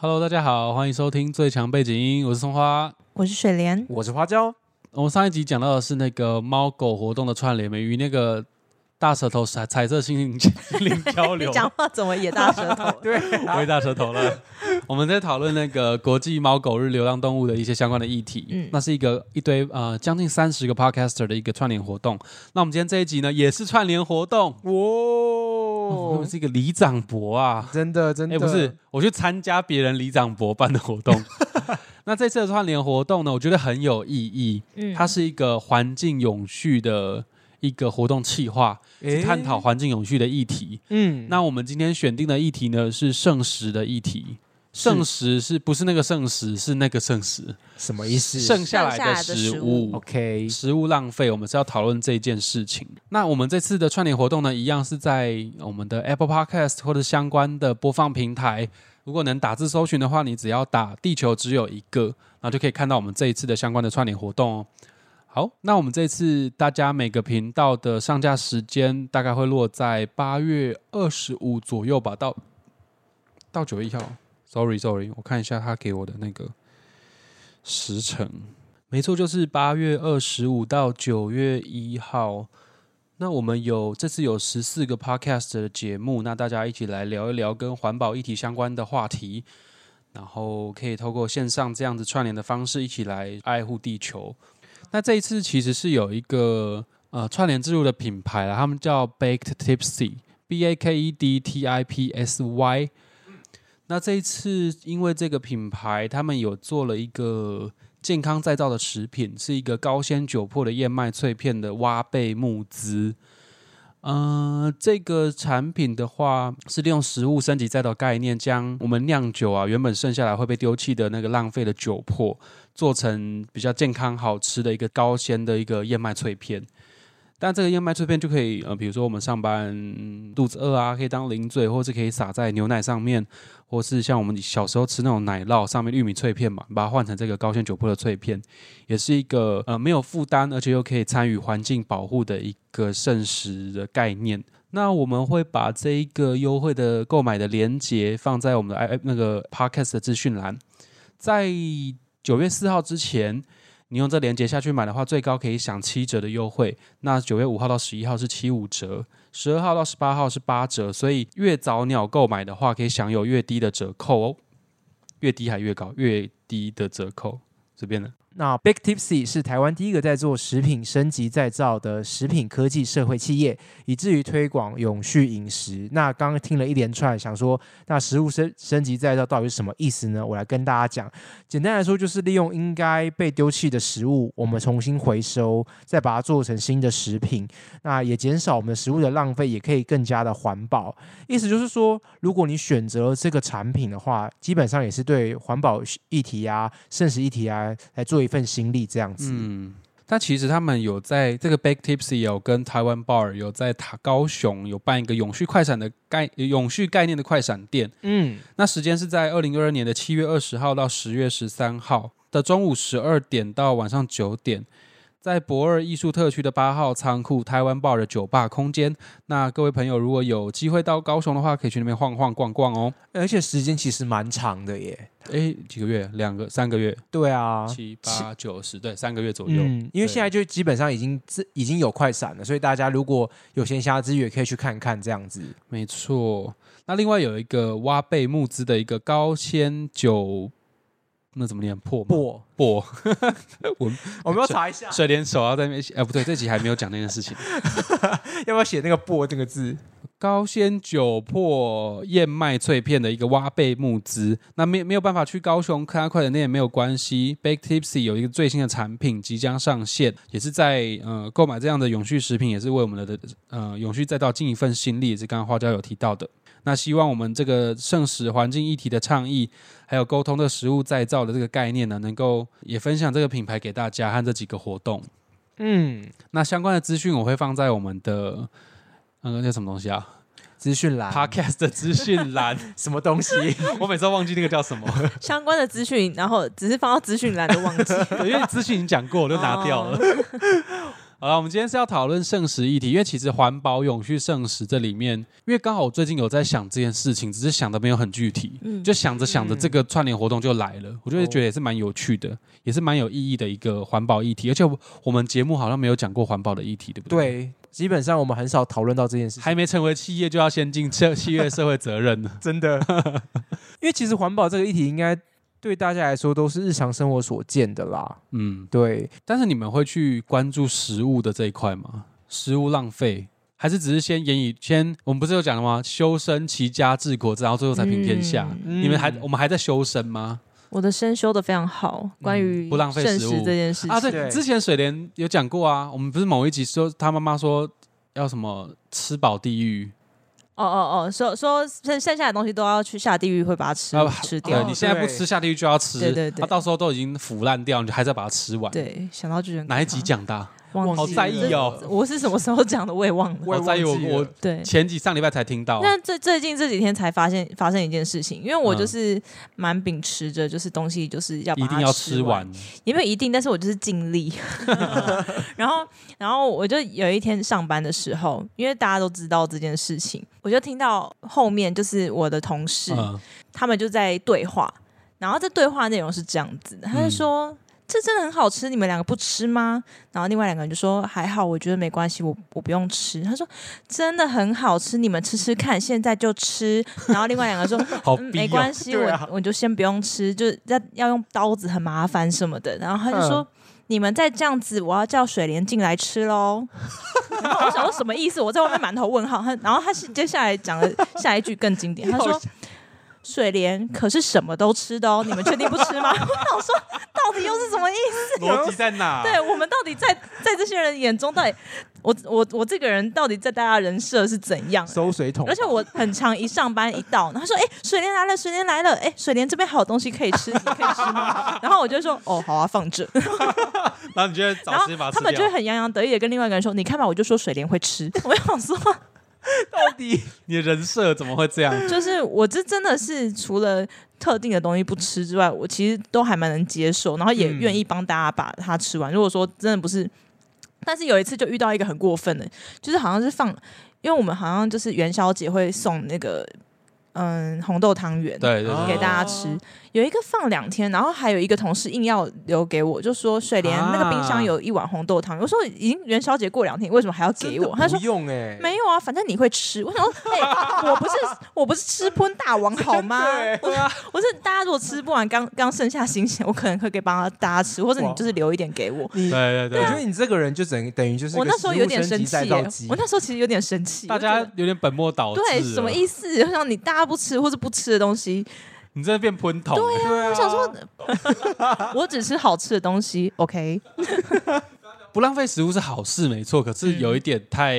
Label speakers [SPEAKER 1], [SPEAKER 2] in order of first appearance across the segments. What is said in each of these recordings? [SPEAKER 1] Hello，大家好，欢迎收听最强背景音，我是松花。
[SPEAKER 2] 我是水莲，
[SPEAKER 3] 我是花椒，
[SPEAKER 1] 我们上一集讲到的是那个猫狗活动的串联，美与那个大舌头彩彩色心灵 心灵交
[SPEAKER 2] 你
[SPEAKER 1] 流，
[SPEAKER 2] 讲话怎么也大 舌头？
[SPEAKER 3] 对、
[SPEAKER 1] 我也大舌头 了。我们在讨论那个国际猫狗日流浪动物的一些相关的议题。
[SPEAKER 2] 嗯
[SPEAKER 1] 那是一个一堆呃将近三十个 podcaster 的一个串联活动。那我们今天这一集呢，也是串联活动。
[SPEAKER 2] 哦
[SPEAKER 1] 我
[SPEAKER 3] 哇
[SPEAKER 1] 们，是一个里长博啊，
[SPEAKER 3] 真的真
[SPEAKER 1] 哦哎、
[SPEAKER 3] 的，
[SPEAKER 1] 不是，我去参加别人里长博办的活 动。那这次的串联活动呢，我觉得很有意义。
[SPEAKER 2] 嗯
[SPEAKER 1] 它是一个环境永续的一个活动企划，
[SPEAKER 3] 诶
[SPEAKER 1] 是探讨，环境永续的议题。
[SPEAKER 3] 嗯，
[SPEAKER 1] 那我们今天选定的议题呢是剩食的议题。剩食是不是那个剩食？是那个剩食，
[SPEAKER 3] 什么意思？
[SPEAKER 1] 剩下来
[SPEAKER 2] 剩下来的
[SPEAKER 1] 食
[SPEAKER 2] 食
[SPEAKER 1] 物。
[SPEAKER 3] OK，
[SPEAKER 1] 食物浪费，我们是要讨论这件事情。那我们这次的串联活动呢，一样是在我们的 Apple Podcast 或者相关的播放平台。如果能打字搜寻的话，你只要打“地球只有一个”，然后就可以看到我们这一次的相关的串联活动哦。好，那我们这次大家每个频道的上架时间大概会落在八月二十五左右吧，到到九月一号。Sorry，Sorry，我看一下他给我的那个时程。没错，就是八月二十五到九月一号。那我们有这次有十四个 podcast 的节目，那大家一起来聊一聊跟环保议题相关的话题，然后可以透过线上这样子串联的方式，一起来爱护地球。那这一次其实是有一个呃串联之路的品牌啦，他们叫 Baked Tipsy，B A K E D T I P S Y。那这一次因为这个品牌，他们有做了一个健康再造的食品，是一个高纤酒粕的燕麦脆片的挖贝募资。呃，这个产品的话是利用食物升级再造概念，将我们酿酒啊原本剩下来会被丢弃的那个浪费的酒粕，做成比较健康好吃的一个高纤的一个燕麦脆片。但这个燕麦脆片就可以，呃，比如说我们上班嗯肚子饿啊，可以当零嘴，或是可以撒在牛奶上面，或是像我们小时候吃那种奶酪上面玉米脆片嘛，把它换成这个高纤酒粕的脆片，也是一个呃没有负担，而且又可以参与环境保护的一个剩食的概念。那我们会把这一个优惠的购买的链接放在我们的 i 那个 podcast 的资讯栏，在九月四号之前，你用这链接下去买的话，最高可以享七折的优惠。那九月五号到十一号是七五折，十二号到十八号是八折，所以越早鸟购买的话，可以享有越低的折扣哦。越低还越高，越低的折扣，这边呢？
[SPEAKER 3] 那 Big Tipsy 是台湾第一个在做食品升级再造的食品科技社会企业，以至于推广永续饮食。那刚刚听了一连串，想说那食物升升级再造到底是什么意思呢？我来跟大家讲，简单来说就是利用应该被丢弃的食物，我们重新回收，再把它做成新的食品，那也减少我们食物的浪费，也可以更加的环保。意思就是说，如果你选择了这个产品的话，基本上也是对环保议题啊、剩食议题啊来做一份心力这样子。
[SPEAKER 1] 嗯，但其实他们有在这个 Bake Tips 也有跟台湾 Bar 有在塔高雄有办一个永续快闪的概永续概念的快闪店，
[SPEAKER 3] 嗯
[SPEAKER 1] 那时间是在二零二二年的七月二十号到十月十三号的中午十二点到晚上九点，在博尔艺术特区的八号仓库台湾报的酒吧空间。那各位朋友如果有机会到高雄的话，可以去那边晃晃逛逛哦。
[SPEAKER 3] 而且时间其实蛮长的耶。
[SPEAKER 1] 诶，几个月？两个、三个月？
[SPEAKER 3] 对啊。
[SPEAKER 1] 七八九十？对，三个月左右。
[SPEAKER 3] 嗯，因为现在就基本上已经自已经有快闪了，所以大家如果有闲暇之余，也可以去看看这样子。
[SPEAKER 1] 没错。那另外有一个挖贝募资的一个高纤酒，那怎么念？破吗
[SPEAKER 3] 不，
[SPEAKER 1] 破。
[SPEAKER 3] 我们要查一下，
[SPEAKER 1] 水莲手要在那边写，哎、不对，这集还没有讲那件事情。
[SPEAKER 3] 要不要写那个“不”这个字？
[SPEAKER 1] 高纤酒粕燕麦脆片的一个挖贝募资，那没没有办法去高雄看它快点店也没有关系。Bake Tipsy 有一个最新的产品即将上线，也是在呃购买这样的永续食品，也是为我们的呃永续再造尽一份心力，也是刚刚花椒有提到的。那希望我们这个剩食环境议题的倡议，还有沟通的食物再造的这个概念呢，能够也分享这个品牌给大家和这几个活动。
[SPEAKER 3] 嗯，
[SPEAKER 1] 那相关的资讯我会放在我们的那个叫什么东西啊？
[SPEAKER 3] 资讯 栏
[SPEAKER 1] Podcast 的资讯栏，
[SPEAKER 3] 什么东西？
[SPEAKER 1] 我每次都忘记那个叫什么，
[SPEAKER 2] 相关的资 讯，然后只是放到资讯栏都忘记。
[SPEAKER 1] 对因为资讯已经讲过，我就拿掉了。 好了，我们今天是要讨论剩食议题，因为其实环保、永续、剩食这里面，因为刚好我最近有在想这件事情，只是想的没有很具体，
[SPEAKER 2] 嗯
[SPEAKER 1] 就想着想着这个串联活动就来了，我就会
[SPEAKER 3] 哦
[SPEAKER 1] 觉得也是蛮有趣的，也是蛮有意义的一个环保议题，而且我我们节目好像没有讲过环保的议题，对不对？对，
[SPEAKER 3] 对，基本上我们很少讨论到这件事情。。
[SPEAKER 1] 还没成为企业就要先尽社企业社会责任呢
[SPEAKER 3] 真的，因为其实环保这个议题应该对大家来说都是日常生活所见的啦。
[SPEAKER 1] 嗯，
[SPEAKER 3] 对，
[SPEAKER 1] 但是你们会去关注食物的这一块吗？食物浪费。还是只是先言语先，我们不是有讲了吗？修身齐家治国，然后最后才平天下。
[SPEAKER 2] 嗯
[SPEAKER 1] 你们还
[SPEAKER 3] 嗯
[SPEAKER 1] 我们还在修身吗？
[SPEAKER 2] 我的身修的非常好，关于
[SPEAKER 1] 嗯不浪费
[SPEAKER 2] 剩
[SPEAKER 1] 食
[SPEAKER 2] 食
[SPEAKER 1] 物
[SPEAKER 2] 这件事情
[SPEAKER 1] 啊，对，
[SPEAKER 3] 对
[SPEAKER 1] 之前水莲有讲过啊，我们不是某一集说她妈妈说要什么吃饱地狱，
[SPEAKER 2] 哦哦哦，说说剩剩下的东西都要去下地狱，会把它吃、
[SPEAKER 1] 啊
[SPEAKER 2] 吃
[SPEAKER 1] 对
[SPEAKER 2] 掉。
[SPEAKER 1] 你现在不吃下地狱就要吃，
[SPEAKER 2] 对对对
[SPEAKER 1] 她到时候都已经腐烂掉，你还是要把它吃完。，
[SPEAKER 2] 对，想到就觉得很
[SPEAKER 1] 哪一
[SPEAKER 2] 可
[SPEAKER 1] 集
[SPEAKER 2] 怕？
[SPEAKER 1] 讲的啊？
[SPEAKER 2] 忘
[SPEAKER 3] 好
[SPEAKER 2] 记
[SPEAKER 3] 在
[SPEAKER 2] 了
[SPEAKER 3] 意哦
[SPEAKER 2] 这我是什么时候讲的，我也忘
[SPEAKER 3] 我
[SPEAKER 2] 了。
[SPEAKER 3] 也
[SPEAKER 1] 好在意我
[SPEAKER 3] 忘记了
[SPEAKER 1] 我
[SPEAKER 2] 对，
[SPEAKER 1] 前几上礼拜才听到，
[SPEAKER 2] 那最最近这几天才发现发生一件事情，因为我
[SPEAKER 1] 嗯
[SPEAKER 2] 就是蛮秉持着，就是东西就是要把
[SPEAKER 1] 一
[SPEAKER 2] 它
[SPEAKER 1] 定要
[SPEAKER 2] 吃
[SPEAKER 1] 吃
[SPEAKER 2] 完，
[SPEAKER 1] 完。
[SPEAKER 2] 也没有一定，但是我就是尽力。然后，然后我就有一天上班的时候，因为大家都知道这件事情，我就听到后面就是我的同事、
[SPEAKER 1] 嗯，
[SPEAKER 2] 他们就在对话，然后这对话内容是这样子的，他就说。这真的很好吃，你们两个不吃吗？然后另外两个人就说还好，我觉得没关系，我我不用吃。他说真的很好吃，你们吃吃看，现在就吃。然后另外两个说
[SPEAKER 1] 好
[SPEAKER 2] 嗯，
[SPEAKER 1] 逼
[SPEAKER 2] 没
[SPEAKER 1] 哦
[SPEAKER 2] 关。系，
[SPEAKER 3] 对啊
[SPEAKER 2] 我我就先不用吃，就是要要用刀子很麻烦什么的。然后他就
[SPEAKER 1] 嗯
[SPEAKER 2] 说。你们再这样子，我要叫水莲进来吃喽。 然后我想说什么意思？我在外面满头问号。他然后他是接下来 讲了下一句更经典，他说：“水莲可是什么都吃的哦，你们确定不吃吗？” 我想说，到底又是什么意 思？
[SPEAKER 1] 逻辑在哪？
[SPEAKER 2] 对我们到底在在这些人眼中，到底我我我这个人到底在大家人设是怎样？
[SPEAKER 3] 收水桶，
[SPEAKER 2] 而且我很常一上班一到，然后说：“哎、水莲来了，水莲来了，哎、水莲这边好东西可以吃，你可以吃吗？” 然后我就说：“哦，好啊，放着。
[SPEAKER 1] 然后你就会”
[SPEAKER 2] 然
[SPEAKER 1] 找
[SPEAKER 2] 后
[SPEAKER 1] 时间把它
[SPEAKER 2] 他
[SPEAKER 1] 吃
[SPEAKER 2] 们就会
[SPEAKER 1] 掉。
[SPEAKER 2] 很洋洋得意的跟另外一个人说：“你看吧，我就说水莲会吃。” 我想说，
[SPEAKER 3] 到底
[SPEAKER 1] 你的人设怎么会这样？
[SPEAKER 2] 就是我这真的是除了特定的东西不吃之外，我其实都还蛮能接受，然后也
[SPEAKER 3] 嗯
[SPEAKER 2] 愿意帮大家把它吃完。如果说真的不是，但是有一次就遇到一个很过分的，就是好像是放，因为我们好像就是元宵节会送那个嗯红豆汤圆，
[SPEAKER 1] 对对
[SPEAKER 3] 哦
[SPEAKER 1] 对
[SPEAKER 2] 给大家吃。有一个放两天，然后还有一个同事硬要留给我，就说水莲
[SPEAKER 1] 啊
[SPEAKER 2] 那个冰箱有一碗红豆汤，我说已经元宵节过两天，为什么还要给我？他
[SPEAKER 3] 他
[SPEAKER 2] 说
[SPEAKER 3] 不。用哎、
[SPEAKER 2] 没有啊，反正你会吃。我想 说，哎、我不是我不是吃喷大王好吗？我我是大家如果吃不完，刚刚剩下新鲜，我可能会给帮大家吃，或者你
[SPEAKER 3] 哇
[SPEAKER 2] 就是留一点给我。
[SPEAKER 3] 你
[SPEAKER 1] 对对啊
[SPEAKER 3] 我觉
[SPEAKER 2] 啊
[SPEAKER 1] 对，
[SPEAKER 3] 得你这个人就等等于就是
[SPEAKER 2] 我
[SPEAKER 3] 个
[SPEAKER 2] 那时候
[SPEAKER 3] 食物
[SPEAKER 2] 有点
[SPEAKER 3] 升
[SPEAKER 2] 生
[SPEAKER 3] 级
[SPEAKER 2] 气、
[SPEAKER 3] 再造
[SPEAKER 2] 耶
[SPEAKER 3] 机
[SPEAKER 2] 我那时候其实有点生气，
[SPEAKER 1] 大
[SPEAKER 2] 我
[SPEAKER 1] 家
[SPEAKER 2] 觉得
[SPEAKER 1] 有点本末倒置。
[SPEAKER 2] 对什么
[SPEAKER 1] 思？
[SPEAKER 2] 意思？我想你大家不吃或者不吃的东西，
[SPEAKER 1] 你真的变喷桶。对
[SPEAKER 3] 对啊，
[SPEAKER 2] 我想说，我只吃好吃的东西，OK？
[SPEAKER 1] 不浪费食物是好事，没错。可是有一点太，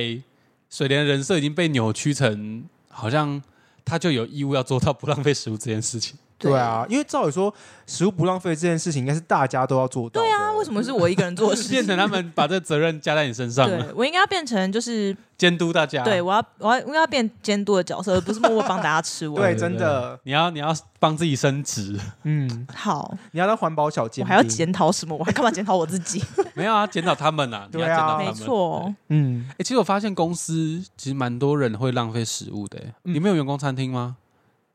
[SPEAKER 1] 水莲人设已经被扭曲成好像他就有义务要做到不浪费食物这件事情。
[SPEAKER 3] 对啊，因为照理说食物不浪费这件事情应该是大家都要做到的。
[SPEAKER 2] 对啊，为什么是我一个人做的事 情？
[SPEAKER 1] 变成他们把这责任加在你身上了，
[SPEAKER 2] 对我应该要变成就是，
[SPEAKER 1] 监督大
[SPEAKER 3] 啊
[SPEAKER 1] 家。
[SPEAKER 2] 对我要我要我要变监督的角色，而不是默默帮大家吃完。
[SPEAKER 3] 对真的
[SPEAKER 1] 你要你要帮自己升 职。
[SPEAKER 3] 嗯，
[SPEAKER 2] 好，
[SPEAKER 3] 你要当环保小
[SPEAKER 2] 我
[SPEAKER 3] 尖兵，
[SPEAKER 2] 还要检讨什么？我还干嘛检讨我自 己？
[SPEAKER 1] 没有啊，检讨他们啊，你要
[SPEAKER 3] 对啊
[SPEAKER 1] 检讨他们。
[SPEAKER 2] 没错，
[SPEAKER 3] 嗯
[SPEAKER 1] 哎、其实我发现公司其实蛮多人会浪费食物的、欸。
[SPEAKER 3] 嗯
[SPEAKER 1] 你们有员工餐厅吗？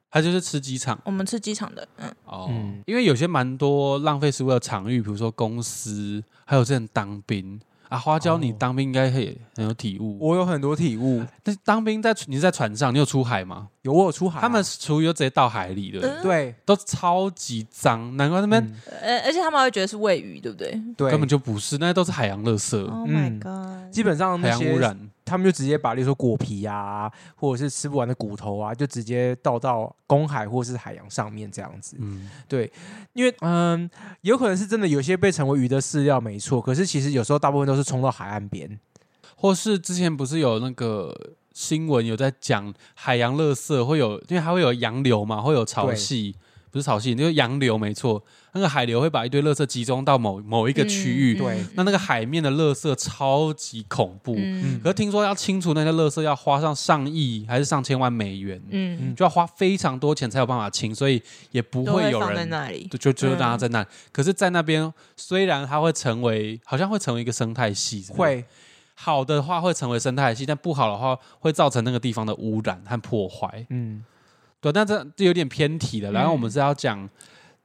[SPEAKER 1] 还就是吃鸡场
[SPEAKER 2] 我们吃机场的，嗯，
[SPEAKER 1] 哦，
[SPEAKER 3] 嗯
[SPEAKER 1] 因为有些蛮多浪费食物的场域，比如说公司，还有之前当兵啊。花椒，
[SPEAKER 3] 哦
[SPEAKER 1] 你当兵应该也很有体悟。
[SPEAKER 3] 我有很多体悟，
[SPEAKER 1] 但是当兵在你是在船上，你有出海吗？
[SPEAKER 3] 有我有出海啊、
[SPEAKER 1] 他们厨余都直接到海里
[SPEAKER 2] 嗯
[SPEAKER 1] 的，
[SPEAKER 3] 对
[SPEAKER 1] 都超级脏，难怪那边
[SPEAKER 3] 嗯
[SPEAKER 2] 呃，而且他们会觉得是喂鱼，对不对
[SPEAKER 3] 对
[SPEAKER 1] 根本就不是，那些都是海洋垃圾、
[SPEAKER 2] ？Oh
[SPEAKER 3] 嗯
[SPEAKER 2] my god！
[SPEAKER 3] 基本上
[SPEAKER 1] 海
[SPEAKER 3] 那
[SPEAKER 1] 洋
[SPEAKER 3] 些
[SPEAKER 1] 污染。
[SPEAKER 3] 他们就直接把，例如说果皮啊，或者是吃不完的骨头啊，就直接倒到公海或是海洋上面这样子。
[SPEAKER 1] 嗯，
[SPEAKER 3] 因为，嗯，有可能是真的有些被成为鱼的饲料，没错。可是其实有时候大部分都是冲到海岸边。
[SPEAKER 1] 或是之前不是有那个新闻有在讲海洋垃圾会有，因为它会有洋流嘛，会有潮汐，不是潮汐，那个洋流没错，那个海流会把一堆垃圾集中到某某一
[SPEAKER 2] 嗯
[SPEAKER 1] 个区域，
[SPEAKER 3] 对
[SPEAKER 1] 那那个海面的垃圾超级恐怖。
[SPEAKER 2] 嗯
[SPEAKER 1] 可是听说要清除那些垃圾要花上上亿还是上千万美元，
[SPEAKER 2] 嗯，
[SPEAKER 1] 就要花非常多钱才有办法清，所以也不
[SPEAKER 2] 都
[SPEAKER 1] 会有
[SPEAKER 2] 放在
[SPEAKER 1] 人
[SPEAKER 2] 那嗯里。
[SPEAKER 1] 就就就让它在那里。可是，在那边虽然它会成为，好像会成为一个生态系，是不是
[SPEAKER 3] 会
[SPEAKER 1] 好的话会成为生态系，但不好的话会造成那个地方的污染和破坏。
[SPEAKER 3] 嗯
[SPEAKER 1] 对，但这这有点偏题了。然后
[SPEAKER 2] 嗯
[SPEAKER 1] 我们是要讲，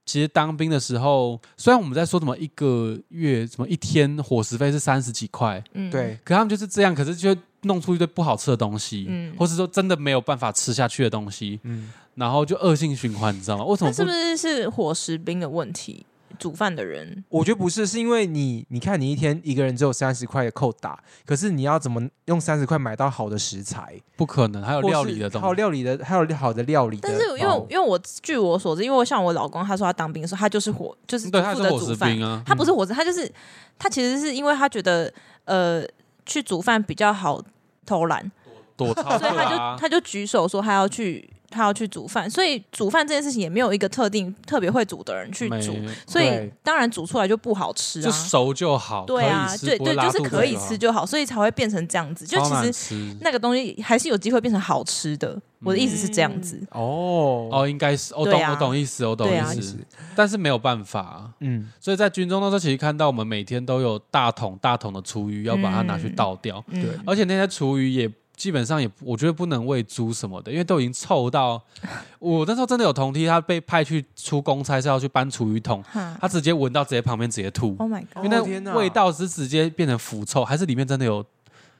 [SPEAKER 1] 其实当兵的时候，虽然我们在说什么一个月什么一天伙食费是三十几块，
[SPEAKER 2] 嗯，
[SPEAKER 3] 对，
[SPEAKER 1] 可他们就是这样，可是就会弄出一堆不好吃的东西，
[SPEAKER 2] 嗯
[SPEAKER 1] 或是说真的没有办法吃下去的东西，
[SPEAKER 3] 嗯，
[SPEAKER 1] 然后就恶性循环，你知道吗？为什么
[SPEAKER 2] 那是
[SPEAKER 1] 不
[SPEAKER 2] 不是是伙食兵的问题？煮饭的人，
[SPEAKER 3] 我觉得不是，是因为你你看你一天一个人只有三十块的扣打，可是你要怎么用三十块买到好的食材，
[SPEAKER 1] 不可能？还有
[SPEAKER 3] 或
[SPEAKER 1] 料
[SPEAKER 3] 是
[SPEAKER 1] 理的东
[SPEAKER 3] 还有
[SPEAKER 1] 西，
[SPEAKER 3] 料理的，还有好的料理的
[SPEAKER 2] 但
[SPEAKER 3] 包。
[SPEAKER 2] 是因为因为我据我所知，因为我像我老公，他说他当兵的时候，他就是伙，就是
[SPEAKER 1] 对，他
[SPEAKER 2] 负
[SPEAKER 1] 是
[SPEAKER 2] 责
[SPEAKER 1] 伙
[SPEAKER 2] 煮
[SPEAKER 1] 食
[SPEAKER 2] 饭
[SPEAKER 1] 兵，啊，
[SPEAKER 2] 他不是伙食，他就是他其实是因为他觉得呃去煮饭比较好偷懒，
[SPEAKER 1] 躲操
[SPEAKER 2] 所以他就、
[SPEAKER 1] 啊，
[SPEAKER 2] 他就举手说他要去他要去煮饭，所以煮饭这件事情也没有一个特定特别会煮的人去
[SPEAKER 1] 没
[SPEAKER 2] 煮，所以
[SPEAKER 3] 对
[SPEAKER 2] 当然煮出来就不不好吃
[SPEAKER 1] 就
[SPEAKER 2] 啊。
[SPEAKER 1] 熟就好，
[SPEAKER 2] 对啊
[SPEAKER 1] 可以，吃
[SPEAKER 2] 对
[SPEAKER 1] 不会
[SPEAKER 2] 对，
[SPEAKER 1] 拉
[SPEAKER 2] 就是
[SPEAKER 1] 肚子
[SPEAKER 2] 可以
[SPEAKER 1] 就好
[SPEAKER 2] 吃就好，所以才会变成这样子。就
[SPEAKER 1] 超
[SPEAKER 2] 其
[SPEAKER 1] 难
[SPEAKER 2] 实
[SPEAKER 1] 吃
[SPEAKER 2] 那个东西还是有机会变成好吃的。我的意思是这
[SPEAKER 1] 嗯
[SPEAKER 2] 样子，
[SPEAKER 3] 哦
[SPEAKER 1] 哦，应该是，我
[SPEAKER 2] 对
[SPEAKER 1] 懂
[SPEAKER 2] 啊
[SPEAKER 1] 我懂意思，我懂
[SPEAKER 2] 对
[SPEAKER 1] 意
[SPEAKER 2] 啊
[SPEAKER 1] 思，但是没有办法，啊
[SPEAKER 3] 嗯
[SPEAKER 1] 所以在军中那时候，其实看到我们每天都有大桶大桶的厨余要把它拿去
[SPEAKER 2] 嗯
[SPEAKER 1] 倒掉，
[SPEAKER 2] 嗯
[SPEAKER 3] 对
[SPEAKER 1] 而且那些厨余也基本上也，我觉得不能喂猪什么的，因为都已经臭 到我那时候真的有同梯，他被派去出公差是要去搬厨余桶，
[SPEAKER 2] 哈
[SPEAKER 1] 他直接闻到直接旁边直接吐，
[SPEAKER 2] ，Oh my god，
[SPEAKER 1] 啊因为
[SPEAKER 3] 哦天
[SPEAKER 1] 那
[SPEAKER 3] 哪
[SPEAKER 1] 味道是直接变成腐臭，还是里面真的有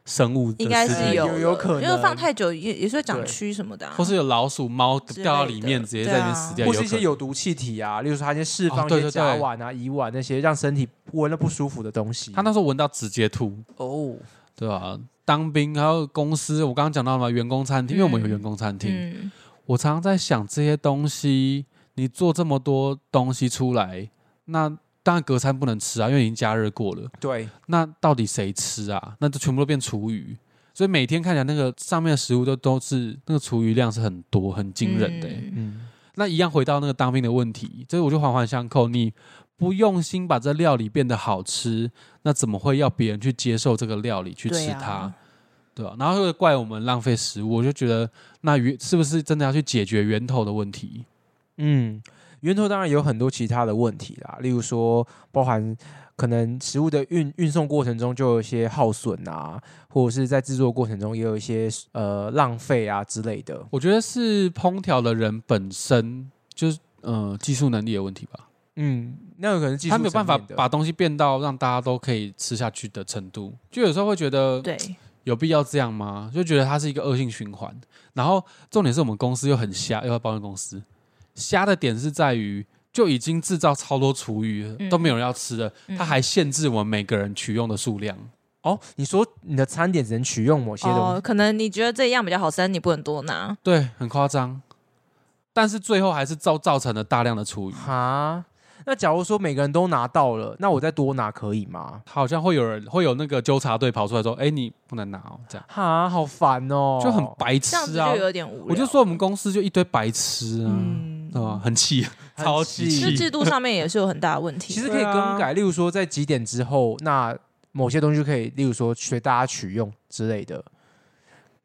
[SPEAKER 1] 生物的
[SPEAKER 2] 应该
[SPEAKER 1] 尸体
[SPEAKER 2] 是
[SPEAKER 3] 有
[SPEAKER 2] 有
[SPEAKER 3] 有
[SPEAKER 2] 了
[SPEAKER 3] 可能
[SPEAKER 2] 因为放太久也也是会长
[SPEAKER 3] 对
[SPEAKER 2] 蛆什么的啊，
[SPEAKER 1] 或是有老鼠、猫
[SPEAKER 2] 之
[SPEAKER 1] 掉到
[SPEAKER 2] 类
[SPEAKER 1] 里
[SPEAKER 2] 的
[SPEAKER 1] 面，直接
[SPEAKER 2] 对
[SPEAKER 1] 在里面
[SPEAKER 2] 啊
[SPEAKER 1] 死掉，
[SPEAKER 3] 或
[SPEAKER 1] 也有
[SPEAKER 3] 是一
[SPEAKER 1] 可
[SPEAKER 3] 些
[SPEAKER 1] 能
[SPEAKER 3] 有毒气体啊，例如说他先释
[SPEAKER 1] 哦
[SPEAKER 3] 放一
[SPEAKER 1] 对
[SPEAKER 3] 些
[SPEAKER 1] 对
[SPEAKER 3] 甲
[SPEAKER 1] 对
[SPEAKER 3] 烷啊、乙烷那些让身体闻了不舒服的东西。
[SPEAKER 1] 他那时候闻到直接吐，
[SPEAKER 3] 哦，
[SPEAKER 1] 对吧、啊？当兵还有公司，我刚刚讲到了嘛，员工餐厅，因为我们有员工餐厅，
[SPEAKER 2] 嗯，
[SPEAKER 1] 我常常在想这些东西，你做这么多东西出来，那当然隔餐不能吃啊，因为已经加热过了。
[SPEAKER 3] 对，
[SPEAKER 1] 那到底谁吃啊？那就全部都变厨余，所以每天看起来那个上面的食物都都是那个厨余量是很多很惊人的欸、
[SPEAKER 2] 嗯
[SPEAKER 3] 嗯，
[SPEAKER 1] 那一样回到那个当兵的问题，这我就环环相扣。你不用心把这料理变得好吃，那怎么会要别人去接受这个料理去
[SPEAKER 2] 对
[SPEAKER 1] 吃
[SPEAKER 2] 啊
[SPEAKER 1] 它？对
[SPEAKER 3] 啊
[SPEAKER 1] 吧、然后又怪我们浪费食物，我就觉得那源是不是真的要去解决源头的问题？
[SPEAKER 3] 嗯，源头当然有很多其他的问题啦，例如说包含可能食物的运运送过程中就有一些耗损啊，或者是在制作过程中也有一些呃浪费啊之类的。
[SPEAKER 1] 我觉得是烹调的人本身就是呃技术能力的问题吧，
[SPEAKER 3] 嗯，那有可能技术
[SPEAKER 1] 他没有办法
[SPEAKER 3] 层面的
[SPEAKER 1] 把东西变到让大家都可以吃下去的程度，就有时候会觉得
[SPEAKER 2] 对，
[SPEAKER 1] 有必要这样吗？就觉得它是一个恶性循环。然后重点是我们公司又很瞎，又要抱怨公司瞎的点是在于，就已经制造超多厨余了，
[SPEAKER 2] 嗯
[SPEAKER 1] 都没有人要吃了，
[SPEAKER 2] 嗯
[SPEAKER 1] 它还限制我们每个人取用的数量。
[SPEAKER 3] 哦，你说你的餐点只能取用某些东
[SPEAKER 2] 哦
[SPEAKER 3] 西，，
[SPEAKER 2] 可能你觉得这一样比较好吃，但你不能多拿，
[SPEAKER 1] 对，很夸张。但是最后还是造造成了大量的厨余，
[SPEAKER 3] 哈、那假如说每个人都拿到了，那我再多拿可以吗？
[SPEAKER 1] 好像会有人会有那个纠察队跑出来说：“哎、你不能拿哦。”这样
[SPEAKER 3] 哈，好烦哦，
[SPEAKER 1] 就很白痴
[SPEAKER 2] 这样子
[SPEAKER 1] 啊
[SPEAKER 2] 就！有点无聊。
[SPEAKER 1] 我就说我们公司就一堆白痴啊，
[SPEAKER 2] 嗯
[SPEAKER 1] 对吧？很气，
[SPEAKER 3] 很
[SPEAKER 1] 超级
[SPEAKER 3] 气
[SPEAKER 2] 就
[SPEAKER 1] 气。
[SPEAKER 2] 制度上面也是有很大的问题。
[SPEAKER 3] 其实可以
[SPEAKER 1] 对啊
[SPEAKER 3] 更改，例如说在几点之后，那某些东西就可以，例如说随大家取用之类的，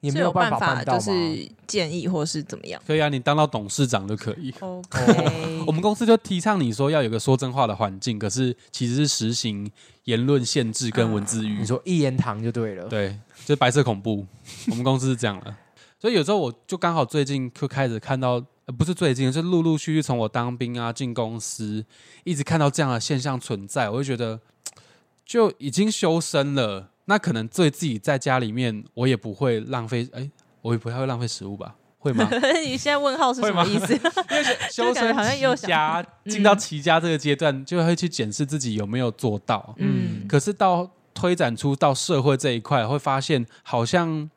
[SPEAKER 3] 也
[SPEAKER 2] 是
[SPEAKER 3] 没
[SPEAKER 2] 有
[SPEAKER 3] 办
[SPEAKER 2] 法，
[SPEAKER 3] 办
[SPEAKER 2] 就
[SPEAKER 3] 到吗？
[SPEAKER 2] 是建议或是怎么样。
[SPEAKER 1] 可以啊，你当到董事长就可以。
[SPEAKER 2] OK，
[SPEAKER 1] 哦我们公司就提倡你说要有个说真话的环境，可是其实是实行言论限制跟文字狱。
[SPEAKER 3] 你说一言堂就对了。
[SPEAKER 1] 对，就是白色恐怖。我们公司是这样的，所以有时候我就刚好最近就开始看到，呃、不是最近，是陆陆续续从我当兵啊进公司，一直看到这样的现象存在，我就觉得就已经修身了。那可能对自己在家里面，我也不会浪费，哎、我也不太会浪费食物吧？会吗？
[SPEAKER 2] 你现在问号是
[SPEAKER 1] 啊会
[SPEAKER 2] 什
[SPEAKER 1] 吗
[SPEAKER 2] 么 意思？
[SPEAKER 1] 修
[SPEAKER 2] 感觉
[SPEAKER 1] 身
[SPEAKER 2] 好像又
[SPEAKER 1] 齐
[SPEAKER 2] 想嗯
[SPEAKER 1] 家，进到齐家这个阶段，就会去检视自己有没有做到。
[SPEAKER 2] 嗯，
[SPEAKER 1] 可是到推展出到社会这一块，会发现好像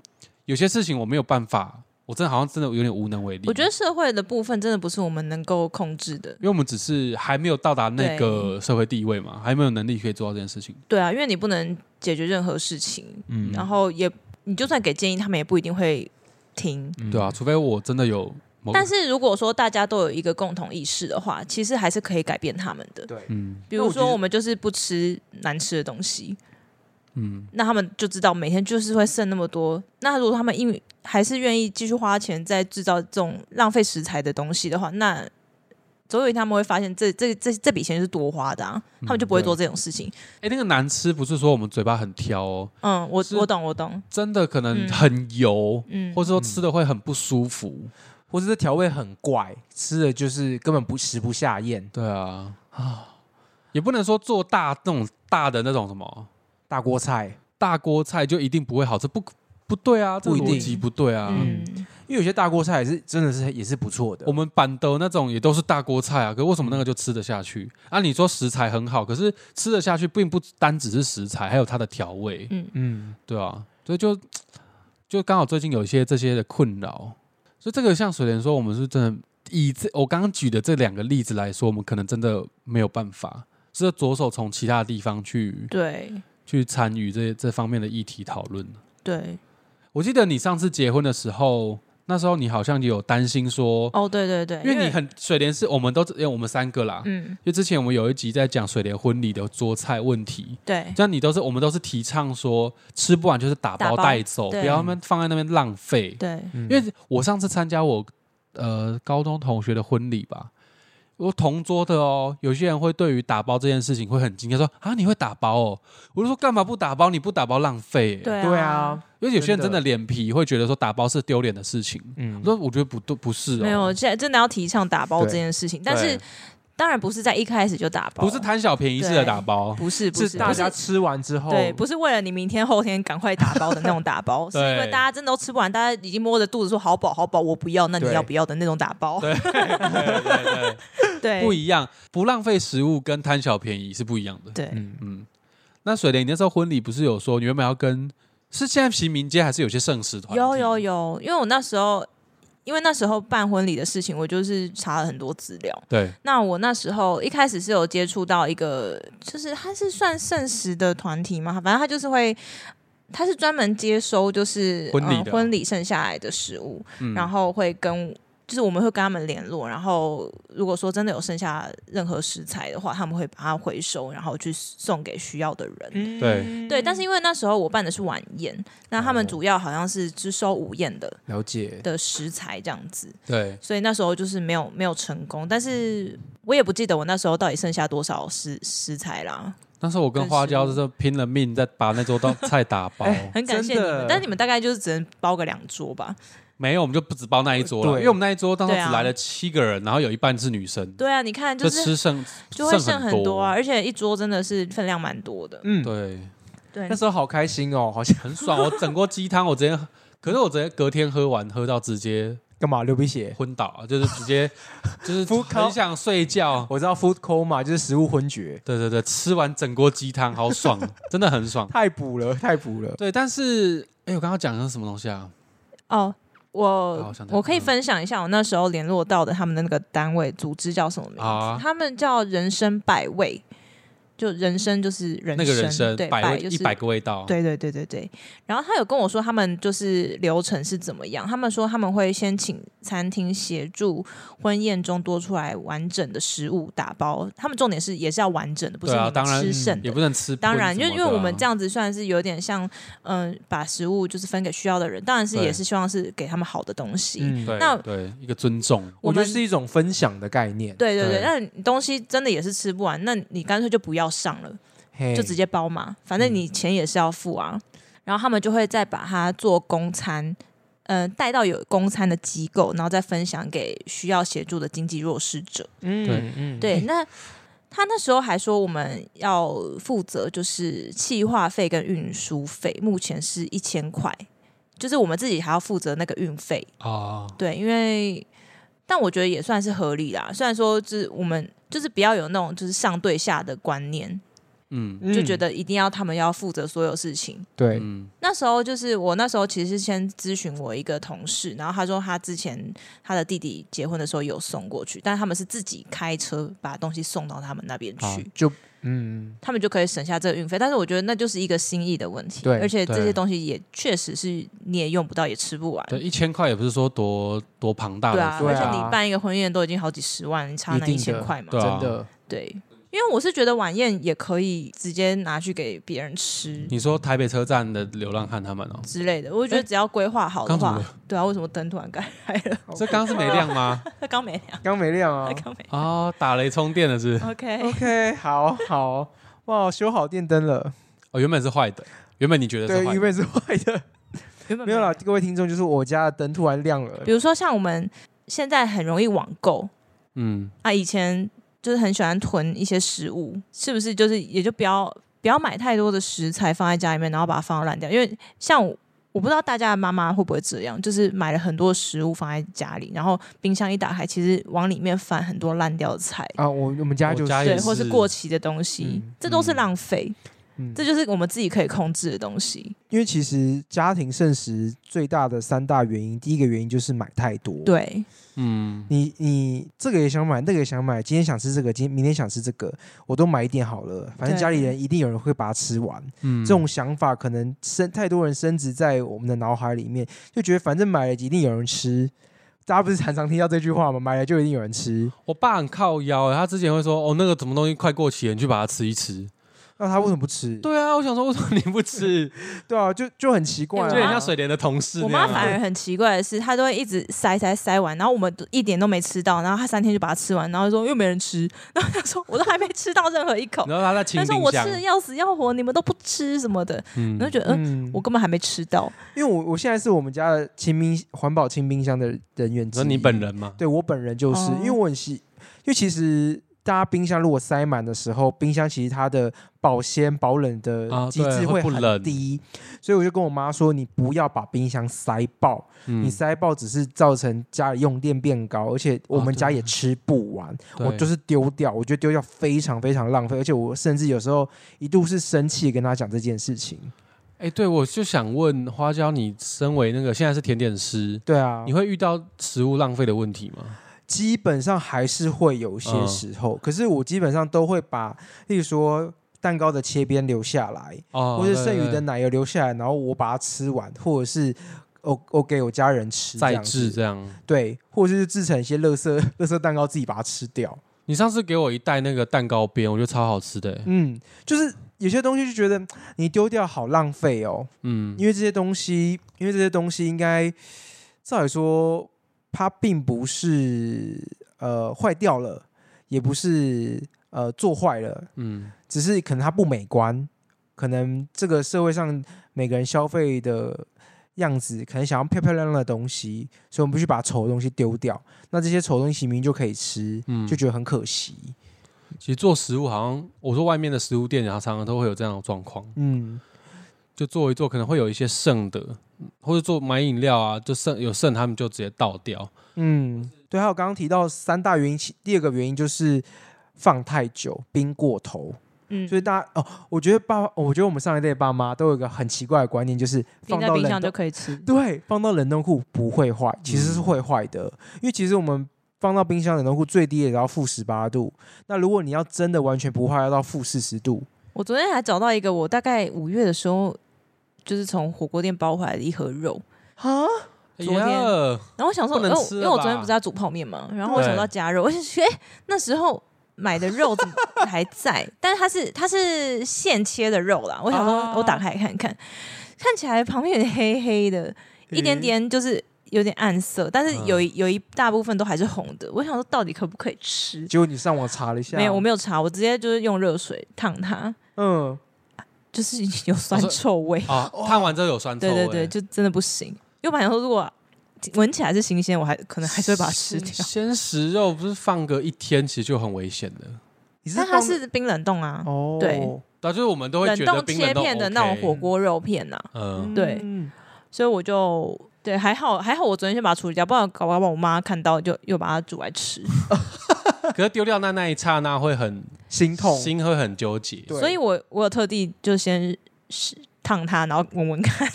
[SPEAKER 1] 有些事情我没有办法，我真的好像真的有点无能为力。
[SPEAKER 2] 我觉得，社会的部分真的不是我们能够控制的。
[SPEAKER 1] 因为我们只是还没有到达那个社会地位嘛，还没有能力可以做到这件事情。
[SPEAKER 2] 对啊，因为你不能解决任何事情，
[SPEAKER 1] 嗯，
[SPEAKER 2] 然后也你就算给建议，他们也不一定会听。
[SPEAKER 1] 对啊，除非我真的有某
[SPEAKER 2] 但是如果说大家都有一个共同意识的话，其实还是可以改变他们的。
[SPEAKER 3] 对，
[SPEAKER 1] 嗯
[SPEAKER 2] 比
[SPEAKER 3] 那
[SPEAKER 2] 如
[SPEAKER 3] 我觉得
[SPEAKER 2] 说，我们就是不吃难吃的东西，
[SPEAKER 1] 嗯，
[SPEAKER 2] 那他们就知道每天就是会剩那么多。那如果他们因为还是愿意继续花钱在制造这种浪费食材的东西的话，那总有一天他们会发现这这这这笔钱是多花的、啊，他们就不会
[SPEAKER 3] 对
[SPEAKER 2] 做这种事情。
[SPEAKER 1] 哎，那个难吃不是说我们嘴巴很挑哦，
[SPEAKER 2] 嗯，我
[SPEAKER 1] 是
[SPEAKER 2] 我懂，我懂。
[SPEAKER 1] 真的可能
[SPEAKER 2] 嗯
[SPEAKER 1] 很油，
[SPEAKER 2] 嗯，
[SPEAKER 1] 或者说吃的会很不舒服。
[SPEAKER 3] 或者是调味很怪，吃了就是根本不食不下咽。
[SPEAKER 1] 对啊，啊，也不能说做大那种大的那种什么
[SPEAKER 3] 大锅菜，
[SPEAKER 1] 大锅菜就一定不会好吃，不不对啊，这个
[SPEAKER 3] 不一定
[SPEAKER 1] 逻辑不对啊。
[SPEAKER 2] 嗯，
[SPEAKER 3] 因为有些大锅菜也是真的是也是不错的
[SPEAKER 1] 我。们板豆那种也都是大锅菜啊，可为什么那个就吃得下
[SPEAKER 3] 嗯
[SPEAKER 1] 去？啊，你说食材很好，可是吃得下去并不单只是食材，还有它的调味，
[SPEAKER 3] 嗯，
[SPEAKER 1] 对啊，所以就就刚好最近有一些这些的困扰，所以这个像水莲说，我们是真的以这我刚刚举的这两个例子来说，我们可能真的没有办法，是要着手从其他地方去
[SPEAKER 2] 对
[SPEAKER 1] 去参与这这方面的议题讨论。
[SPEAKER 2] 对，
[SPEAKER 1] 我记得你上次结婚的时候，那时候你好像也有担心说，
[SPEAKER 2] 哦，对对对，
[SPEAKER 1] 因为你很水莲是我们都因为我们三个啦，
[SPEAKER 2] 嗯，
[SPEAKER 1] 因为之前我们有一集在讲水莲婚礼的桌菜问题，
[SPEAKER 2] 对
[SPEAKER 1] 像你都是我们都是提倡说吃不完就是打包
[SPEAKER 2] 打包
[SPEAKER 1] 带走，
[SPEAKER 2] 对
[SPEAKER 1] 不要们放在那边浪费。
[SPEAKER 2] 对，啊
[SPEAKER 3] 因
[SPEAKER 1] 因为我上次参加我呃高中同学的婚礼吧，我同桌的哦，有些人会对于打包这件事情会很惊讶，说啊你会打包哦，我就说干嘛不打包？你不打包浪费、欸。
[SPEAKER 2] 对
[SPEAKER 3] 对啊，，
[SPEAKER 1] 因为有些人真
[SPEAKER 3] 真
[SPEAKER 1] 的
[SPEAKER 3] 的
[SPEAKER 1] 脸皮会觉得说打包是丢脸的事情，我
[SPEAKER 3] 嗯，
[SPEAKER 1] 说我觉得不都不是哦，
[SPEAKER 2] 没有，现在真的要提倡打包这件事情，但是
[SPEAKER 1] 对
[SPEAKER 2] 当然不是在一开始就打包，
[SPEAKER 1] 不是贪小便宜式的打包，
[SPEAKER 2] 不是不
[SPEAKER 3] 是
[SPEAKER 2] 是
[SPEAKER 3] 大家
[SPEAKER 2] 不是
[SPEAKER 3] 吃完之后，
[SPEAKER 2] 对，不是为了你明天后天赶快打包的那种 打包，是
[SPEAKER 1] 对
[SPEAKER 2] 因为大家真的都吃不完，大家已经摸着肚子说好饱好饱，我不要，那你
[SPEAKER 3] 对
[SPEAKER 2] 要不要的那种打包？
[SPEAKER 1] 对对对
[SPEAKER 2] 对
[SPEAKER 1] 对，不一样，不浪费食物跟贪小便宜是不一样的。
[SPEAKER 2] 对，
[SPEAKER 3] 嗯，
[SPEAKER 1] 嗯，那水莲，你那时候婚礼不是有说你原本要跟是现在平民街还是有些圣食团体？
[SPEAKER 2] 有有有，因为我那时候。因为那时候办婚礼的事情，我就是查了很多资料。
[SPEAKER 1] 对，
[SPEAKER 2] 那我那时候一开始是有接触到一个，就是他是算圣食的团体嘛，反正他就是会，他是专门接收就是
[SPEAKER 1] 婚礼的
[SPEAKER 2] 呃、婚礼剩下来的食物，
[SPEAKER 1] 嗯
[SPEAKER 2] 然后会跟就是我们会跟他们联络，然后如果说真的有剩下任何食材的话，他们会把它回收，然后去送给需要的人。
[SPEAKER 1] 嗯对
[SPEAKER 2] 对，但是因为那时候我办的是晚宴，那他们
[SPEAKER 3] 哦
[SPEAKER 2] 主要好像是只收午宴的
[SPEAKER 3] 了解，
[SPEAKER 2] 的食材这样子，
[SPEAKER 1] 对，
[SPEAKER 2] 所以那时候就是没有没有成功，但是我也不记得我那时候到底剩下多少食食材啦，
[SPEAKER 1] 那时候我跟花椒就是拼了命在把那桌到菜打包，
[SPEAKER 2] 很感谢你
[SPEAKER 3] 真
[SPEAKER 2] 们
[SPEAKER 3] 的，
[SPEAKER 2] 但你们大概就是只能包个两桌吧。
[SPEAKER 1] 没有我们就不只包那一桌了，
[SPEAKER 3] 对
[SPEAKER 1] 因为我们那一桌当时
[SPEAKER 2] 对啊
[SPEAKER 1] 只来了七个人，然后有一半是女生，
[SPEAKER 2] 对啊，你看
[SPEAKER 1] 就是吃剩
[SPEAKER 2] 就会剩
[SPEAKER 1] 很
[SPEAKER 2] 很多啊，，而且一桌真的是分量蛮多的。
[SPEAKER 3] 嗯，
[SPEAKER 1] 对，
[SPEAKER 2] 对
[SPEAKER 3] 那，时候好开心哦，好像
[SPEAKER 1] 很爽。我整锅鸡汤，我直接。可是我直接隔天喝完，喝到直接
[SPEAKER 3] 干嘛流鼻血？
[SPEAKER 1] 昏倒，就是直 接就是
[SPEAKER 3] 腹口
[SPEAKER 1] 很想睡觉，
[SPEAKER 3] 我知道 food coma 就是食物昏厥，
[SPEAKER 1] 对对对，吃完整锅鸡汤，好爽，真的很爽。
[SPEAKER 3] 太 补了，太补了。
[SPEAKER 1] 对，但是哎，我刚刚讲的是什么东西啊？
[SPEAKER 2] 哦，
[SPEAKER 1] 好
[SPEAKER 2] 我
[SPEAKER 1] 想
[SPEAKER 2] 我可以
[SPEAKER 1] 嗯
[SPEAKER 2] 分享一下我那时候联络到的他们的那个单位组织叫什么名字？
[SPEAKER 1] 好啊
[SPEAKER 2] 他们叫人生百味，就人生就是人
[SPEAKER 1] 那个人生
[SPEAKER 2] 对，
[SPEAKER 1] 百味
[SPEAKER 2] 就
[SPEAKER 1] 一
[SPEAKER 2] 是
[SPEAKER 1] 百个味道，
[SPEAKER 2] 对对对对对，然后他有跟我说他们就是流程是怎么样，他们说他们会先请餐厅协助婚宴中多出来完整的食物打包，他们重点是也是要完整的，不是
[SPEAKER 1] 对啊
[SPEAKER 2] 你
[SPEAKER 1] 当然
[SPEAKER 2] 们吃剩
[SPEAKER 1] 也
[SPEAKER 2] 的。
[SPEAKER 1] 不能吃荤什么的啊。
[SPEAKER 2] 当然，因为因为我们这样子算是有点像，嗯、把食物就是分给需要的人，当然是
[SPEAKER 1] 对
[SPEAKER 2] 也是希望是给他们好的东西。
[SPEAKER 3] 嗯，
[SPEAKER 1] 对
[SPEAKER 2] 那
[SPEAKER 1] 对一个尊重，
[SPEAKER 2] 我
[SPEAKER 3] 我觉
[SPEAKER 2] 们
[SPEAKER 3] 得是一种分享的概念，
[SPEAKER 2] 对对
[SPEAKER 1] 对
[SPEAKER 2] 对，那你东西真的也是吃不完，那你干脆就不要上了。
[SPEAKER 3] 嘿
[SPEAKER 2] 就直接包嘛，反正你钱也是要付啊。然后他们就会再把它做公餐，呃，带到有公餐的机构，然后再分享给需要协助的经济弱势者。
[SPEAKER 1] 对
[SPEAKER 3] 嗯嗯
[SPEAKER 2] 对，那他那时候还说我们要负责就是气化费跟运输费，目前是一千块，就是我们自己还要负责那个运费。
[SPEAKER 1] 啊，
[SPEAKER 2] 对，因为但我觉得也算是合理啦。虽然说，就是我们就是不要有那种就是上对下的观念，
[SPEAKER 1] 嗯
[SPEAKER 2] 就觉得一定要他们要负责所有事情。
[SPEAKER 3] 对，
[SPEAKER 1] 嗯
[SPEAKER 2] 那时候就是我那时候其实是先咨询我一个同事，然后他说他之前他的弟弟结婚的时候有送过去，但他们是自己开车把东西送到他们那边
[SPEAKER 3] 好
[SPEAKER 2] 去，
[SPEAKER 3] 就嗯，
[SPEAKER 2] 他们就可以省下这个运费。但是我觉得那就是一个心意的问题，
[SPEAKER 3] 对
[SPEAKER 2] 而且这
[SPEAKER 1] 对
[SPEAKER 2] 些东西也确实是你也用不到，也吃不完。
[SPEAKER 1] 对，一千块也不是说多多庞大
[SPEAKER 2] 对
[SPEAKER 1] 的
[SPEAKER 2] 啊，
[SPEAKER 1] 数
[SPEAKER 3] 对
[SPEAKER 2] 而
[SPEAKER 1] 字，
[SPEAKER 2] 且
[SPEAKER 3] 啊
[SPEAKER 2] 你办一个婚宴都已经好几十万，你差那
[SPEAKER 3] 一定
[SPEAKER 2] 一
[SPEAKER 3] 的
[SPEAKER 2] 千块嘛？
[SPEAKER 1] 对啊
[SPEAKER 3] 真的
[SPEAKER 2] 对，因为我是觉得晚宴也可以直接拿去给别人吃
[SPEAKER 1] 你说台北车站的流浪汉他们哦，
[SPEAKER 2] 之类的，我就觉得只要规划好的
[SPEAKER 1] 刚怎么
[SPEAKER 2] 话，对啊，为什么灯突然开了？
[SPEAKER 1] 这刚是没亮吗？
[SPEAKER 2] 他刚没亮，
[SPEAKER 3] 刚没亮啊
[SPEAKER 2] 他。刚没哦
[SPEAKER 1] 哦，打雷充电了是不是
[SPEAKER 2] OK，
[SPEAKER 3] OK，好好，哇，修好电灯了，
[SPEAKER 1] 哦，原本是坏的，原本你觉得
[SPEAKER 3] 对
[SPEAKER 1] 是，坏
[SPEAKER 3] 因
[SPEAKER 1] 的，
[SPEAKER 3] 为是坏 的，
[SPEAKER 2] 原本
[SPEAKER 3] 没有啦，。各位听众，就是我家的灯突然亮了
[SPEAKER 2] 比，如说像我们现在很容易网购
[SPEAKER 1] 嗯，
[SPEAKER 2] 啊，以前就是很喜欢囤一些食物，是不是？就是也就不要不要买太多的食材放在家里面，然后把它放到烂掉。因为像我我不知道大家的妈妈会不会这样，就是买了很多食物放在家里，然后冰箱一打开，其实往里面翻很多烂掉的菜。
[SPEAKER 3] 啊，我我们家
[SPEAKER 1] 我
[SPEAKER 3] 就是
[SPEAKER 1] 家也
[SPEAKER 2] 对，或是
[SPEAKER 1] 是
[SPEAKER 2] 过期的东西，
[SPEAKER 3] 嗯
[SPEAKER 2] 这都是
[SPEAKER 1] 嗯
[SPEAKER 2] 浪费，
[SPEAKER 3] 嗯
[SPEAKER 2] 这就是我们自己可以控制的东西。
[SPEAKER 3] 因为其实家庭剩食最大的三大原因，第一个原因就是买太多。，
[SPEAKER 2] 对，
[SPEAKER 1] 嗯，
[SPEAKER 3] 你你这个也想买，那个也想买，今天想吃这个，今天明天想吃这个，我都买一点好了，反正
[SPEAKER 2] 对
[SPEAKER 3] 家里人一定有人会把它吃完。
[SPEAKER 1] 嗯
[SPEAKER 3] 这种想法可能深太多人深植在我们的脑海里面，就觉得反正买了一定有人吃。大家不是 常常听到这句话吗？买了就一定有人吃。
[SPEAKER 1] 我爸很靠腰欸，他之前会说哦，那个什么东西快过期了，你去把它吃一吃。
[SPEAKER 3] 那他为什么不吃？对
[SPEAKER 1] 对啊，我想说为什么你不 吃？
[SPEAKER 3] 对啊，就就很奇怪、
[SPEAKER 1] 就
[SPEAKER 2] 我
[SPEAKER 1] 很
[SPEAKER 2] 妈
[SPEAKER 3] 啊。
[SPEAKER 1] 像水莲的同事
[SPEAKER 2] 我
[SPEAKER 1] 那样啊。
[SPEAKER 2] 妈反而很奇怪的是，她都会一直塞塞塞完，然后我们都一点都没吃到，然后她三天就把它吃完，然后就说又没人吃，然后她说我都还没吃到任何一口，
[SPEAKER 1] 然后他在清
[SPEAKER 2] 她说
[SPEAKER 1] 冰
[SPEAKER 2] 我
[SPEAKER 1] 箱
[SPEAKER 2] 吃，的要死要活，你们都不吃什么的，
[SPEAKER 1] 嗯
[SPEAKER 2] 然后觉得嗯。
[SPEAKER 3] 嗯
[SPEAKER 2] 我根本还没吃到，
[SPEAKER 3] 因为我我现在是我们家的清冰环保清冰箱的人员
[SPEAKER 1] 你
[SPEAKER 3] 之
[SPEAKER 1] 说
[SPEAKER 3] 一。
[SPEAKER 1] 你本人吗？
[SPEAKER 3] 对我本人就是，
[SPEAKER 2] 哦
[SPEAKER 3] 因为我很喜，因为其实大家冰箱如果塞满的时候，冰箱其实它的保鲜保冷的
[SPEAKER 1] 啊
[SPEAKER 3] 机
[SPEAKER 1] 对
[SPEAKER 3] 制
[SPEAKER 1] 会不
[SPEAKER 3] 很
[SPEAKER 1] 冷
[SPEAKER 3] 低，所以我就跟我妈说，你不要把冰箱塞爆，你
[SPEAKER 1] 嗯，
[SPEAKER 3] 塞爆只是造成家里用电变高，而且我
[SPEAKER 1] 哦
[SPEAKER 3] 们
[SPEAKER 1] 对
[SPEAKER 3] 家也吃不完，我
[SPEAKER 1] 对
[SPEAKER 3] 就是丢掉，我觉得丢掉非常非常浪费，而且我甚至有时候一度是生气跟她讲这件事情，
[SPEAKER 1] 哎，对，我就想问花椒，你身为那个现在是甜点师，
[SPEAKER 3] 对啊
[SPEAKER 1] 你，会遇到食物浪费的问题吗？
[SPEAKER 3] 基本上还是会有一些
[SPEAKER 1] 嗯
[SPEAKER 3] 时候，可是我基本上都会把，例如说蛋糕的切边留下来，
[SPEAKER 1] 哦
[SPEAKER 3] 或者剩余的
[SPEAKER 1] 对对
[SPEAKER 3] 奶油留下来，然后我把它吃完，或者是我我给我家人吃
[SPEAKER 1] 对
[SPEAKER 3] 这
[SPEAKER 1] 再
[SPEAKER 3] 样
[SPEAKER 1] 制
[SPEAKER 3] 子，
[SPEAKER 1] 这样。
[SPEAKER 3] 对，或者是制成一些乐 色乐色蛋糕自己把它吃掉，
[SPEAKER 1] 你上次给我一袋那个蛋糕边，我觉得超好吃的欸。
[SPEAKER 3] 嗯，就是有些东西就觉得你丢掉好浪费哦，
[SPEAKER 1] 嗯，
[SPEAKER 3] 因为这些东西，因为这些东西应该照理说，它并不是呃坏掉了，也不是呃做坏了，
[SPEAKER 1] 嗯
[SPEAKER 3] 只是可能它不美观，可能这个社会上每个人消费的样子，可能想要漂漂亮亮的东西，所以我们必须把丑的东西丢掉。那这些丑的东西明明就可以吃，
[SPEAKER 1] 嗯，
[SPEAKER 3] 就觉得很可惜。
[SPEAKER 1] 其实做食物好像，我说外面的食物店，然啊后常常都会有这样的状况，
[SPEAKER 3] 嗯，
[SPEAKER 1] 就做一做可能会有一些剩的，或者做买饮料啊，就剩有剩他们就直接倒掉。
[SPEAKER 3] 嗯，对，还有刚刚提到三大原因，其第二个原因就是放太久，冰过头。
[SPEAKER 2] 嗯，
[SPEAKER 3] 所以大家哦，我觉得爸，哦我觉得我们上一代爸妈都有一个很奇怪的观念，就是
[SPEAKER 2] 冰
[SPEAKER 3] 放
[SPEAKER 2] 在
[SPEAKER 3] 到
[SPEAKER 2] 冰箱
[SPEAKER 3] 冷
[SPEAKER 2] 就
[SPEAKER 3] 冻，
[SPEAKER 2] 可以吃。
[SPEAKER 3] 对，放到冷冻库不会坏，其实是
[SPEAKER 1] 嗯
[SPEAKER 3] 会坏的，因为其实我们。放到冰箱冷冻库最低也要负十八度，那如果你要真的完全不坏，要到负四十度。
[SPEAKER 2] 我昨天还找到一个，我大概五月的时候，就是从火锅店包回来的一盒肉，
[SPEAKER 3] 啊，
[SPEAKER 2] 昨
[SPEAKER 1] 哎呀
[SPEAKER 2] 然后我想说，
[SPEAKER 1] 不能
[SPEAKER 2] 因为我
[SPEAKER 1] 吃
[SPEAKER 2] 因
[SPEAKER 1] 了
[SPEAKER 2] 为我昨
[SPEAKER 1] 吧
[SPEAKER 2] 天不是要煮泡面嘛，然后我想到加肉，我就觉得、诶那时候买的肉 怎么还在？但是它是它是现切的肉啦，我想说
[SPEAKER 1] 啊
[SPEAKER 2] 我打开看看，看起来旁边有点黑黑的，一点点就是有点暗色，但是
[SPEAKER 1] 嗯
[SPEAKER 2] 有一有一大部分都还是红的。我想说到底可不可以吃？
[SPEAKER 3] 结果你上网查了一下，
[SPEAKER 2] 没有，我没有查，我直接就是用热水烫它，
[SPEAKER 3] 嗯，
[SPEAKER 2] 就是有酸臭味。
[SPEAKER 1] 啊，烫完之后有酸臭欸
[SPEAKER 2] 对
[SPEAKER 1] 味，
[SPEAKER 2] 对对，就真的不行。因为我本来想说，如果闻起来是新鲜，我还可能还是会把它吃掉。
[SPEAKER 1] 鲜食肉不是放个一天，其实就很危险的。
[SPEAKER 3] 你是
[SPEAKER 2] 但它
[SPEAKER 3] 放
[SPEAKER 2] 是冰冷冻啊，
[SPEAKER 3] 哦，
[SPEAKER 2] 对
[SPEAKER 1] 对啊，就是我们都会
[SPEAKER 2] 冷
[SPEAKER 1] 觉得
[SPEAKER 2] 冻
[SPEAKER 1] 冰
[SPEAKER 2] 切
[SPEAKER 1] 冷冻
[SPEAKER 2] 片的
[SPEAKER 1] OK
[SPEAKER 2] 那种火，锅肉片呐、
[SPEAKER 1] 嗯，
[SPEAKER 2] 对
[SPEAKER 3] 嗯
[SPEAKER 2] 所以我就对还好还好，我昨天先把它处理掉，不然搞不好我妈看到就又把它煮来吃。
[SPEAKER 1] 可是丢掉那那一刹那会很
[SPEAKER 3] 心痛。
[SPEAKER 1] 心会很纠结，
[SPEAKER 3] 对
[SPEAKER 2] 所以我我有特地就先试烫它，然后闻闻看。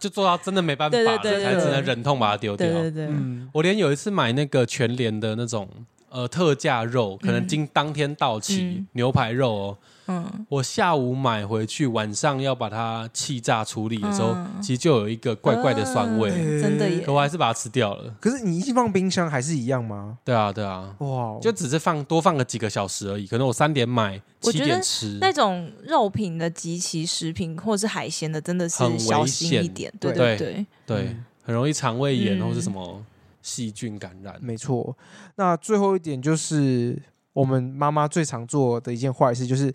[SPEAKER 1] 就做到真的没办法
[SPEAKER 2] 对对
[SPEAKER 1] 了，
[SPEAKER 2] 对对
[SPEAKER 1] 才只
[SPEAKER 3] 对
[SPEAKER 1] 能忍痛把它丢掉
[SPEAKER 2] 对。对对，
[SPEAKER 3] 嗯，
[SPEAKER 1] 我连有一次买那个全联的那种呃特价肉，可能今当天到期
[SPEAKER 2] 嗯
[SPEAKER 1] 牛排肉哦，
[SPEAKER 2] 嗯，
[SPEAKER 1] 我下午买回去，晚上要把它气炸处理的时候，
[SPEAKER 2] 嗯
[SPEAKER 1] 其实就有一个怪怪的酸味，
[SPEAKER 2] 嗯真的耶
[SPEAKER 1] 可。我还是把它吃掉了。
[SPEAKER 3] 可是你一放冰箱还是一样吗？
[SPEAKER 1] 对啊，对啊，
[SPEAKER 2] 哦
[SPEAKER 3] 哇，哦
[SPEAKER 1] 就只是放多放个几个小时而已。可能我三点买，
[SPEAKER 2] 我
[SPEAKER 1] 七
[SPEAKER 2] 觉得
[SPEAKER 1] 点吃，
[SPEAKER 2] 那种肉品的及其食品或者是海鲜的，真的
[SPEAKER 1] 很危
[SPEAKER 2] 是小心
[SPEAKER 1] 险
[SPEAKER 2] 一点。对
[SPEAKER 1] 对
[SPEAKER 2] 对对，
[SPEAKER 1] 对，很容易肠胃炎
[SPEAKER 2] 嗯
[SPEAKER 1] 或是什么细菌感染。
[SPEAKER 3] 没错。那最后一点就是我们妈妈最常做的一件坏事，就是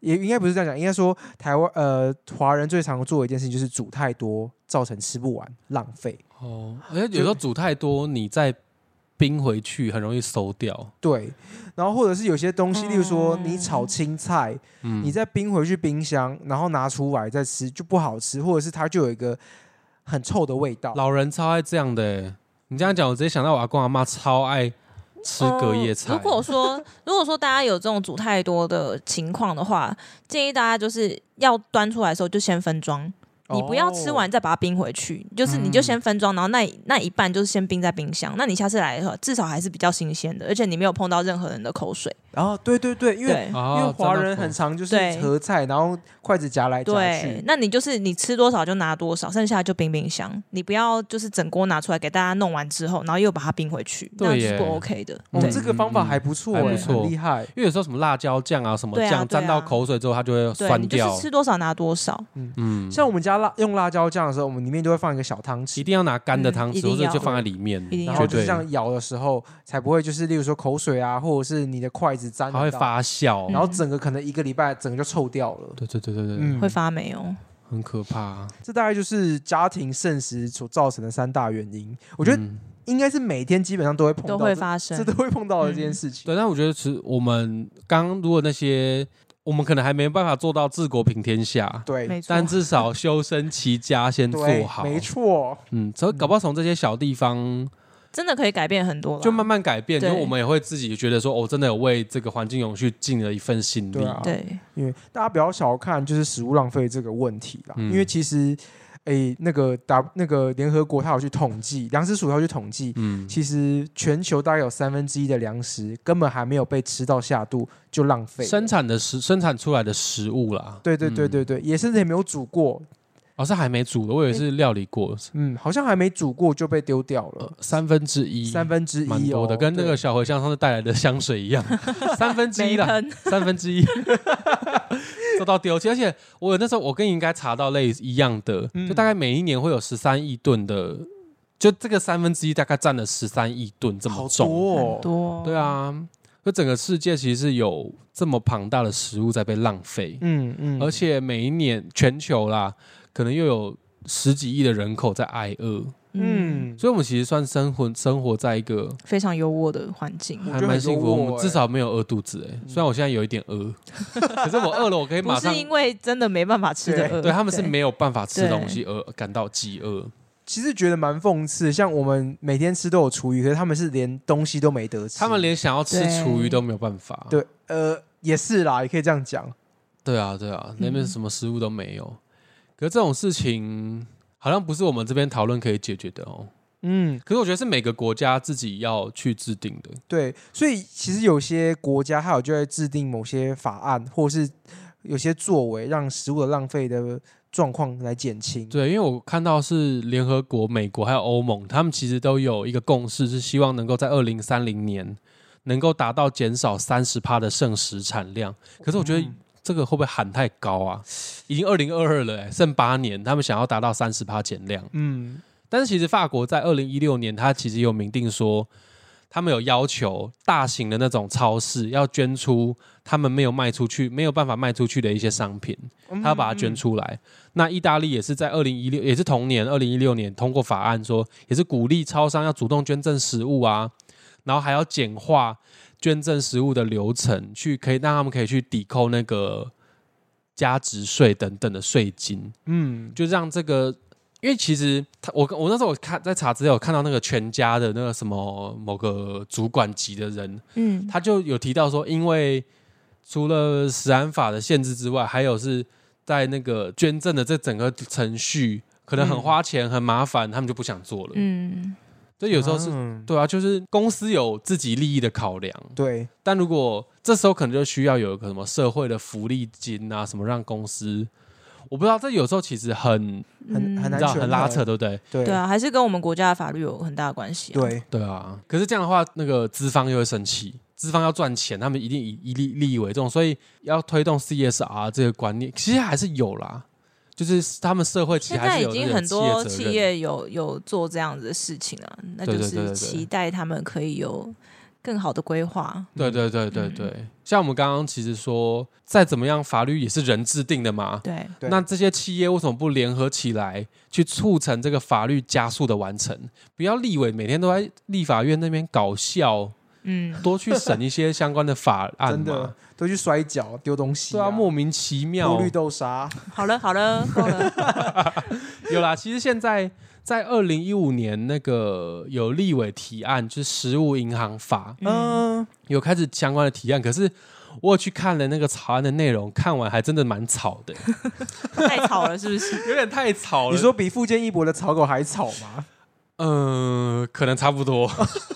[SPEAKER 3] 也应该不是这样讲，应该说台湾呃华人最常做的一件事情就是煮太多，造成吃不完，浪费。
[SPEAKER 1] 哦，
[SPEAKER 2] 啊
[SPEAKER 1] 而且有时候煮太多，你再冰回去很容易馊掉。
[SPEAKER 3] 对，然后或者是有些东西，例如说你炒青菜，
[SPEAKER 1] 嗯，
[SPEAKER 3] 你再冰回去冰箱，然后拿出来再吃就不好吃，或者是它就有一个很臭的味道。
[SPEAKER 1] 老人超爱这样的欸。你这样讲，我直接想到我阿公阿妈超爱吃隔夜菜。
[SPEAKER 2] 哦如果说如果说大家有这种煮太多的情况的话，建议大家就是要端出来的时候就先分装。你不要
[SPEAKER 1] 哦
[SPEAKER 2] 吃完再把它冰回去，就是你就
[SPEAKER 1] 嗯
[SPEAKER 2] 先分装，然后那那一半就是先冰在冰箱。那你下次来的话，至少还是比较新鲜的，而且你没有碰到任何人的口水。
[SPEAKER 3] 哦，对对对，因为
[SPEAKER 2] 对
[SPEAKER 1] 哦，
[SPEAKER 3] 因为华人
[SPEAKER 1] 真的
[SPEAKER 3] 很常就是
[SPEAKER 2] 对
[SPEAKER 3] 合菜，然后筷子夹来夹
[SPEAKER 2] 对
[SPEAKER 3] 去，，
[SPEAKER 2] 那你就是你吃多少就拿多少，剩下就冰冰箱。你不要就是整锅拿出来给大家弄完之后，然后又把它冰回去，
[SPEAKER 1] 对
[SPEAKER 2] 那样是
[SPEAKER 1] 耶
[SPEAKER 2] 不 OK 的。
[SPEAKER 3] 哦
[SPEAKER 1] 对，
[SPEAKER 3] 这个方法还不错
[SPEAKER 1] 嗯还
[SPEAKER 3] 欸，
[SPEAKER 1] 不错
[SPEAKER 3] 很厉害。
[SPEAKER 1] 因为有时候什么辣椒酱啊、什么
[SPEAKER 2] 对啊
[SPEAKER 1] 酱、
[SPEAKER 2] 对啊
[SPEAKER 1] 沾到口水之后，它就会
[SPEAKER 2] 对
[SPEAKER 1] 酸
[SPEAKER 2] 你就
[SPEAKER 1] 掉
[SPEAKER 2] 是。吃多少拿多少，
[SPEAKER 1] 嗯，
[SPEAKER 3] 像我们家辣用辣椒酱的时候，我们里面都会放一个小汤匙
[SPEAKER 1] 一，定要拿干的
[SPEAKER 2] 嗯
[SPEAKER 1] 汤
[SPEAKER 2] 一
[SPEAKER 1] 匙，
[SPEAKER 2] 定
[SPEAKER 1] 或者
[SPEAKER 2] 要
[SPEAKER 1] 就放在里面，
[SPEAKER 2] 一定要
[SPEAKER 3] 然
[SPEAKER 1] 绝
[SPEAKER 3] 后就是
[SPEAKER 1] 对
[SPEAKER 3] 这样咬的时候才不会就是例如说口水啊，或者是你的筷子沾
[SPEAKER 1] 它会
[SPEAKER 3] 得到，
[SPEAKER 1] 发酵。
[SPEAKER 3] 然后整个可能一个礼拜整个就臭掉了。
[SPEAKER 1] 对对对对对，
[SPEAKER 3] 嗯
[SPEAKER 2] 会发霉哦。
[SPEAKER 1] 很可怕。啊
[SPEAKER 3] 这大概就是家庭剩食所造成的三大原因。我觉得
[SPEAKER 1] 嗯
[SPEAKER 3] 应该是每天基本上都会碰到，
[SPEAKER 2] 都会发生
[SPEAKER 3] 这，都会碰到的这件事情。
[SPEAKER 1] 对，但我觉得其实我们刚刚如果那些，我们可能还没办法做到治国平天下，
[SPEAKER 3] 对
[SPEAKER 2] 没错
[SPEAKER 1] 但。至少修身齐家先做
[SPEAKER 3] 对
[SPEAKER 1] 好。，
[SPEAKER 3] 没错，嗯
[SPEAKER 1] 嗯，所以搞不好从这些小地方
[SPEAKER 2] 真的可以改变很多了。
[SPEAKER 1] 就慢慢改变，就
[SPEAKER 2] 对
[SPEAKER 1] 我们也会自己觉得说，哦，真的有为这个环境永续尽了一份心力
[SPEAKER 3] 对。啊，
[SPEAKER 2] 对，
[SPEAKER 3] 因为大家不要小看就是食物浪费这个问题啦，
[SPEAKER 1] 嗯
[SPEAKER 3] 因为其实，诶，那个打那个联合国它有去统计，粮食署它有去统计，
[SPEAKER 1] 嗯，
[SPEAKER 3] 其实全球大概有三分之一的粮食根本还没有被吃到下肚就浪费了。
[SPEAKER 1] 生产的食生产出来的食物啦，
[SPEAKER 3] 对对对对
[SPEAKER 1] 嗯，
[SPEAKER 3] 对，也甚至也没有煮过，
[SPEAKER 1] 哦是还没煮的，我以为是料理过，
[SPEAKER 3] 嗯，好像还没煮过就被丢掉了
[SPEAKER 1] 呃，三分之一，
[SPEAKER 3] 三分之
[SPEAKER 1] 蛮
[SPEAKER 3] 一
[SPEAKER 1] 多
[SPEAKER 3] 哦，
[SPEAKER 1] 的，跟那
[SPEAKER 3] 对
[SPEAKER 1] 个小茴香上次带来的香水一 样，三分之一
[SPEAKER 2] 没
[SPEAKER 1] 啦，
[SPEAKER 2] 喷
[SPEAKER 1] 三分之一 做到丢弃。而且我那时候我跟你应该查到类一样的，
[SPEAKER 3] 嗯
[SPEAKER 1] 就大概每一年会有十三亿吨的，就这个三分之一大概占了十三亿吨这么
[SPEAKER 3] 好
[SPEAKER 1] 重，
[SPEAKER 3] 多、
[SPEAKER 2] 很
[SPEAKER 3] 哦。
[SPEAKER 2] 多。
[SPEAKER 1] 对，啊，就整个世界其实是有这么庞大的食物在被浪费，
[SPEAKER 3] 嗯嗯，
[SPEAKER 1] 而且每一年全球啦，可能又有十几亿的人口在挨饿，
[SPEAKER 2] 嗯，
[SPEAKER 3] 嗯，
[SPEAKER 1] 所以我们其实算生活生活在一个
[SPEAKER 2] 非常优渥的环境。
[SPEAKER 3] 我觉
[SPEAKER 1] 还
[SPEAKER 3] 得
[SPEAKER 1] 蛮
[SPEAKER 3] 很
[SPEAKER 1] 幸
[SPEAKER 3] 优
[SPEAKER 1] 福，我
[SPEAKER 3] 渥
[SPEAKER 1] 们
[SPEAKER 3] 欸嗯
[SPEAKER 1] 至少没有饿肚子哎、虽然我现在有一点饿， 可是我饿了，我可以
[SPEAKER 2] 不
[SPEAKER 1] 马上
[SPEAKER 2] 是。因为真的没办法吃的
[SPEAKER 3] 对
[SPEAKER 2] 饿，
[SPEAKER 1] 对，他们是没有办法吃东西而感到饥饿，
[SPEAKER 3] 其实觉得蛮讽刺，像我们每天吃都有厨余，可是他们是连东西都没得吃。
[SPEAKER 1] 他们连想要吃
[SPEAKER 2] 对
[SPEAKER 1] 厨余都没有办法。
[SPEAKER 3] 对呃也是啦，也可以这样讲。
[SPEAKER 1] 对啊，对啊，那边
[SPEAKER 2] 嗯
[SPEAKER 1] 什么食物都没有。可是这种事情好像不是我们这边讨论可以解决的哦。
[SPEAKER 3] 嗯，
[SPEAKER 1] 可是我觉得是每个国家自己要去制定的。
[SPEAKER 3] 对，所以其实有些国家还有就在制定某些法案，或是有些作为，让食物的浪费的状况来减轻。
[SPEAKER 1] 对，因为我看到是联合国、美国还有欧盟，他们其实都有一个共识，是希望能够在二零三零年能够达到减少三十帕的剩食产量。可是我觉得
[SPEAKER 3] 嗯
[SPEAKER 1] 这个会不会喊太高啊？已经二零二二了、欸，剩八年，他们想要达到三十帕减量，
[SPEAKER 3] 嗯，
[SPEAKER 1] 但是其实法国在二零一六年，它其实有明定说。他们有要求大型的那种超市要捐出他们没有卖出去、没有办法卖出去的一些商品，
[SPEAKER 3] 嗯
[SPEAKER 1] 他要把它捐。出来。那意大利也是在二零一六，也是同年二零一六年通过法案说，也是鼓励超商要主动捐赠食物啊，然后还要简化捐赠食物的流程，去可以让他们可以去抵扣那个加值税等等的税金，
[SPEAKER 3] 嗯，
[SPEAKER 1] 就让这个。因为其实他，我我那时候我看在查资料，我看到那个全家的那个什么某个主管级的人，
[SPEAKER 2] 嗯，
[SPEAKER 1] 他就有提到说，因为除了食安法的限制之外，还有是在那个捐赠的这整个程序，可能很
[SPEAKER 3] 嗯
[SPEAKER 1] 花钱、很麻烦，他们就不想做了。
[SPEAKER 2] 嗯，
[SPEAKER 1] 所以有时候是，
[SPEAKER 3] 嗯
[SPEAKER 1] 对啊，就是公司有自己利益的考量，
[SPEAKER 3] 对，
[SPEAKER 1] 但如果这时候可能就需要有一个什么社会的福利金啊，什么让公司，我不知道，这有时候其实很
[SPEAKER 3] 很
[SPEAKER 2] 嗯
[SPEAKER 3] 很
[SPEAKER 1] 你
[SPEAKER 3] 难
[SPEAKER 1] 知道
[SPEAKER 3] 权
[SPEAKER 1] 很拉
[SPEAKER 3] 衡
[SPEAKER 1] 扯，对不对？
[SPEAKER 3] 对
[SPEAKER 2] 对啊，还是跟我们国家的法律有很大的关系、啊。，
[SPEAKER 3] 对
[SPEAKER 1] 对啊，可是这样的话，那个资方又会生气，资方要赚钱，他们一定以以利利益为重，所以要推动 CSR 这个观念，其实还是有啦，就是他们社会其实
[SPEAKER 2] 现
[SPEAKER 1] 还
[SPEAKER 2] 在
[SPEAKER 1] 是
[SPEAKER 2] 已
[SPEAKER 1] 有
[SPEAKER 2] 经
[SPEAKER 1] 这
[SPEAKER 2] 很
[SPEAKER 1] 种
[SPEAKER 2] 多
[SPEAKER 1] 企业
[SPEAKER 2] 企
[SPEAKER 1] 责任
[SPEAKER 2] 业有有做这样子的事情了，那
[SPEAKER 1] 对
[SPEAKER 2] 就
[SPEAKER 1] 对对对对
[SPEAKER 2] 是期待他们可以有更好的规划。
[SPEAKER 1] 对对对对对，像我们刚刚其实说，再怎么样，法律也是人制定的嘛。
[SPEAKER 2] 对，
[SPEAKER 3] 对
[SPEAKER 1] 那这些企业为什么不联合起来，去促成这个法律加速的完成？不要立委每天都在立法院那边搞笑，
[SPEAKER 2] 嗯，
[SPEAKER 1] 多去审一些相关的法 案
[SPEAKER 3] 真
[SPEAKER 1] 嘛
[SPEAKER 3] 的。都去摔跤丢东西、
[SPEAKER 1] 对啊，莫名其妙
[SPEAKER 3] 泼。绿豆沙，
[SPEAKER 2] 好了好了，够 了。
[SPEAKER 1] 有啦，其实现在在二零一五年那个有立委提案，就是食物银行法
[SPEAKER 2] 嗯，
[SPEAKER 3] 嗯，
[SPEAKER 1] 有开始相关的提案，可是。我有去看了那个草案的内容，看完还真的蛮吵的，
[SPEAKER 2] 太吵了，是不是？
[SPEAKER 1] 有点太吵了。
[SPEAKER 3] 你说比富坚义博的草狗还草吗？
[SPEAKER 1] 嗯，可能差不多。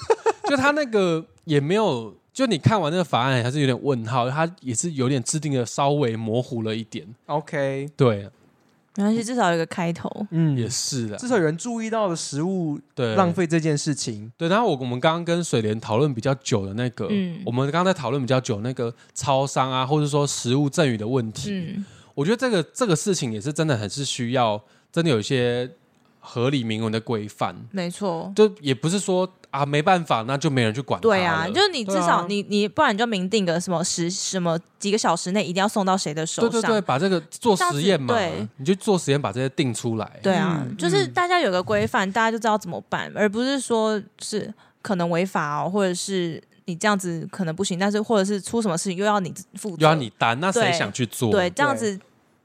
[SPEAKER 1] 就他那个也没有，就你看完那个法案还是有点问号，他也是有点制定的稍微模糊了一点。
[SPEAKER 3] OK，
[SPEAKER 1] 对，
[SPEAKER 2] 没关系，至少有一个开头。
[SPEAKER 3] 嗯
[SPEAKER 1] 也是的
[SPEAKER 3] 至，少有人注意到了食物
[SPEAKER 1] 啊对
[SPEAKER 3] 浪。费这件事情。
[SPEAKER 1] 对，然后我我们刚刚跟水莲讨论比较久的那个，
[SPEAKER 2] 嗯
[SPEAKER 1] 我们刚刚在讨论比较久那个超商啊，或者说食物赠与的问题，
[SPEAKER 2] 嗯，
[SPEAKER 1] 我觉得这个这个事情也是真的很是需要真的有一些合理明文的规范，
[SPEAKER 2] 没错。
[SPEAKER 1] 就也不是说啊没办法，那就没人去管它了。
[SPEAKER 2] 对啊，就是你至
[SPEAKER 1] 对啊
[SPEAKER 2] 少你你不然你就明定个什么时什么几个小时内一定要送到谁的手
[SPEAKER 1] 对
[SPEAKER 2] 上。
[SPEAKER 1] 对对，把这个做实验嘛
[SPEAKER 2] 这样子对，
[SPEAKER 1] 你就做实验把这些定出来。
[SPEAKER 2] 对啊，
[SPEAKER 3] 嗯
[SPEAKER 2] 就是
[SPEAKER 3] 嗯
[SPEAKER 2] 大家有个规范，大家就知道怎么办，而不是说是可能违法哦，或者是你这样子可能不行，但是或者是出什么事情又要你负责，
[SPEAKER 1] 又要你担，那谁
[SPEAKER 2] 对
[SPEAKER 1] 想去做？
[SPEAKER 2] 对这样子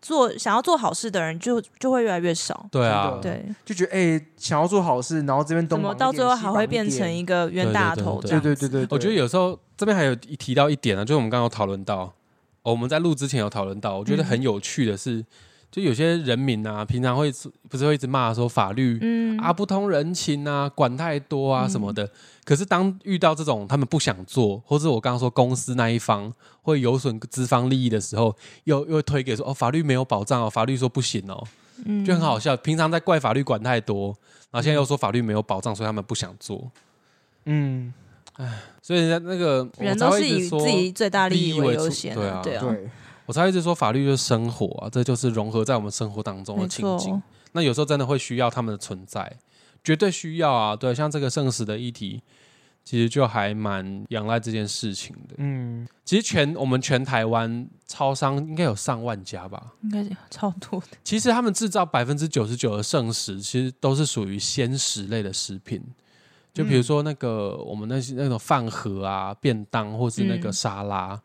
[SPEAKER 2] 做想要做好事的人就就会越来越少，
[SPEAKER 1] 对啊，
[SPEAKER 3] 真的
[SPEAKER 2] 对，
[SPEAKER 3] 就觉得哎、想要做好事，然后这边
[SPEAKER 2] 怎
[SPEAKER 3] 东忙
[SPEAKER 2] 么
[SPEAKER 3] 一点
[SPEAKER 2] 到最后还会变？
[SPEAKER 3] 西
[SPEAKER 2] 成
[SPEAKER 3] 忙一
[SPEAKER 2] 一个冤大头
[SPEAKER 1] 对
[SPEAKER 2] 这
[SPEAKER 3] 点
[SPEAKER 2] 样？
[SPEAKER 3] 对对对对，
[SPEAKER 1] 我觉得有时候这边还有一提到一点啊，就是我们刚刚有讨论到，哦我们在录之前有讨论到，我觉得
[SPEAKER 2] 嗯
[SPEAKER 1] 很有趣的是，就有些人民啊，平常会不是会一直骂说法律
[SPEAKER 2] 嗯
[SPEAKER 1] 啊不通人情啊，管太多啊
[SPEAKER 2] 嗯
[SPEAKER 1] 什么的。可是当遇到这种他们不想做，或者我刚刚说公司那一方会有损资方利益的时候，又又会推给说哦法律没有保障哦，法律说不行哦，
[SPEAKER 2] 嗯
[SPEAKER 1] 就很好笑。平常在怪法律管太多，然后现在又说法律没有保障，所以他们不想做。
[SPEAKER 3] 嗯，
[SPEAKER 1] 所以人家那个我
[SPEAKER 2] 人
[SPEAKER 1] 才
[SPEAKER 2] 都
[SPEAKER 1] 会
[SPEAKER 2] 是
[SPEAKER 1] 一直
[SPEAKER 2] 以
[SPEAKER 1] 说
[SPEAKER 2] 自己最大利益为优先
[SPEAKER 1] 利益为
[SPEAKER 2] 啊，
[SPEAKER 1] 主对啊
[SPEAKER 2] 啊，
[SPEAKER 3] 对，
[SPEAKER 1] 我才会一直说法律就是生活啊，这就是融合在我们生活当中的
[SPEAKER 2] 没
[SPEAKER 1] 情景
[SPEAKER 2] 错。，
[SPEAKER 1] 那有时候真的会需要他们的存在，绝对需要啊。对，像这个圣死的议题，其实就还蛮仰赖这件事情的。
[SPEAKER 3] 嗯，
[SPEAKER 1] 其实全我们全台湾超商应该有上万家吧。
[SPEAKER 2] 应该是超多的，
[SPEAKER 1] 其实他们制造百分之九十九的剩食，其实都是属于鲜食类的食品。就比如说那个、我们那些那种饭盒啊、便当，或是那个
[SPEAKER 2] 嗯
[SPEAKER 1] 沙拉，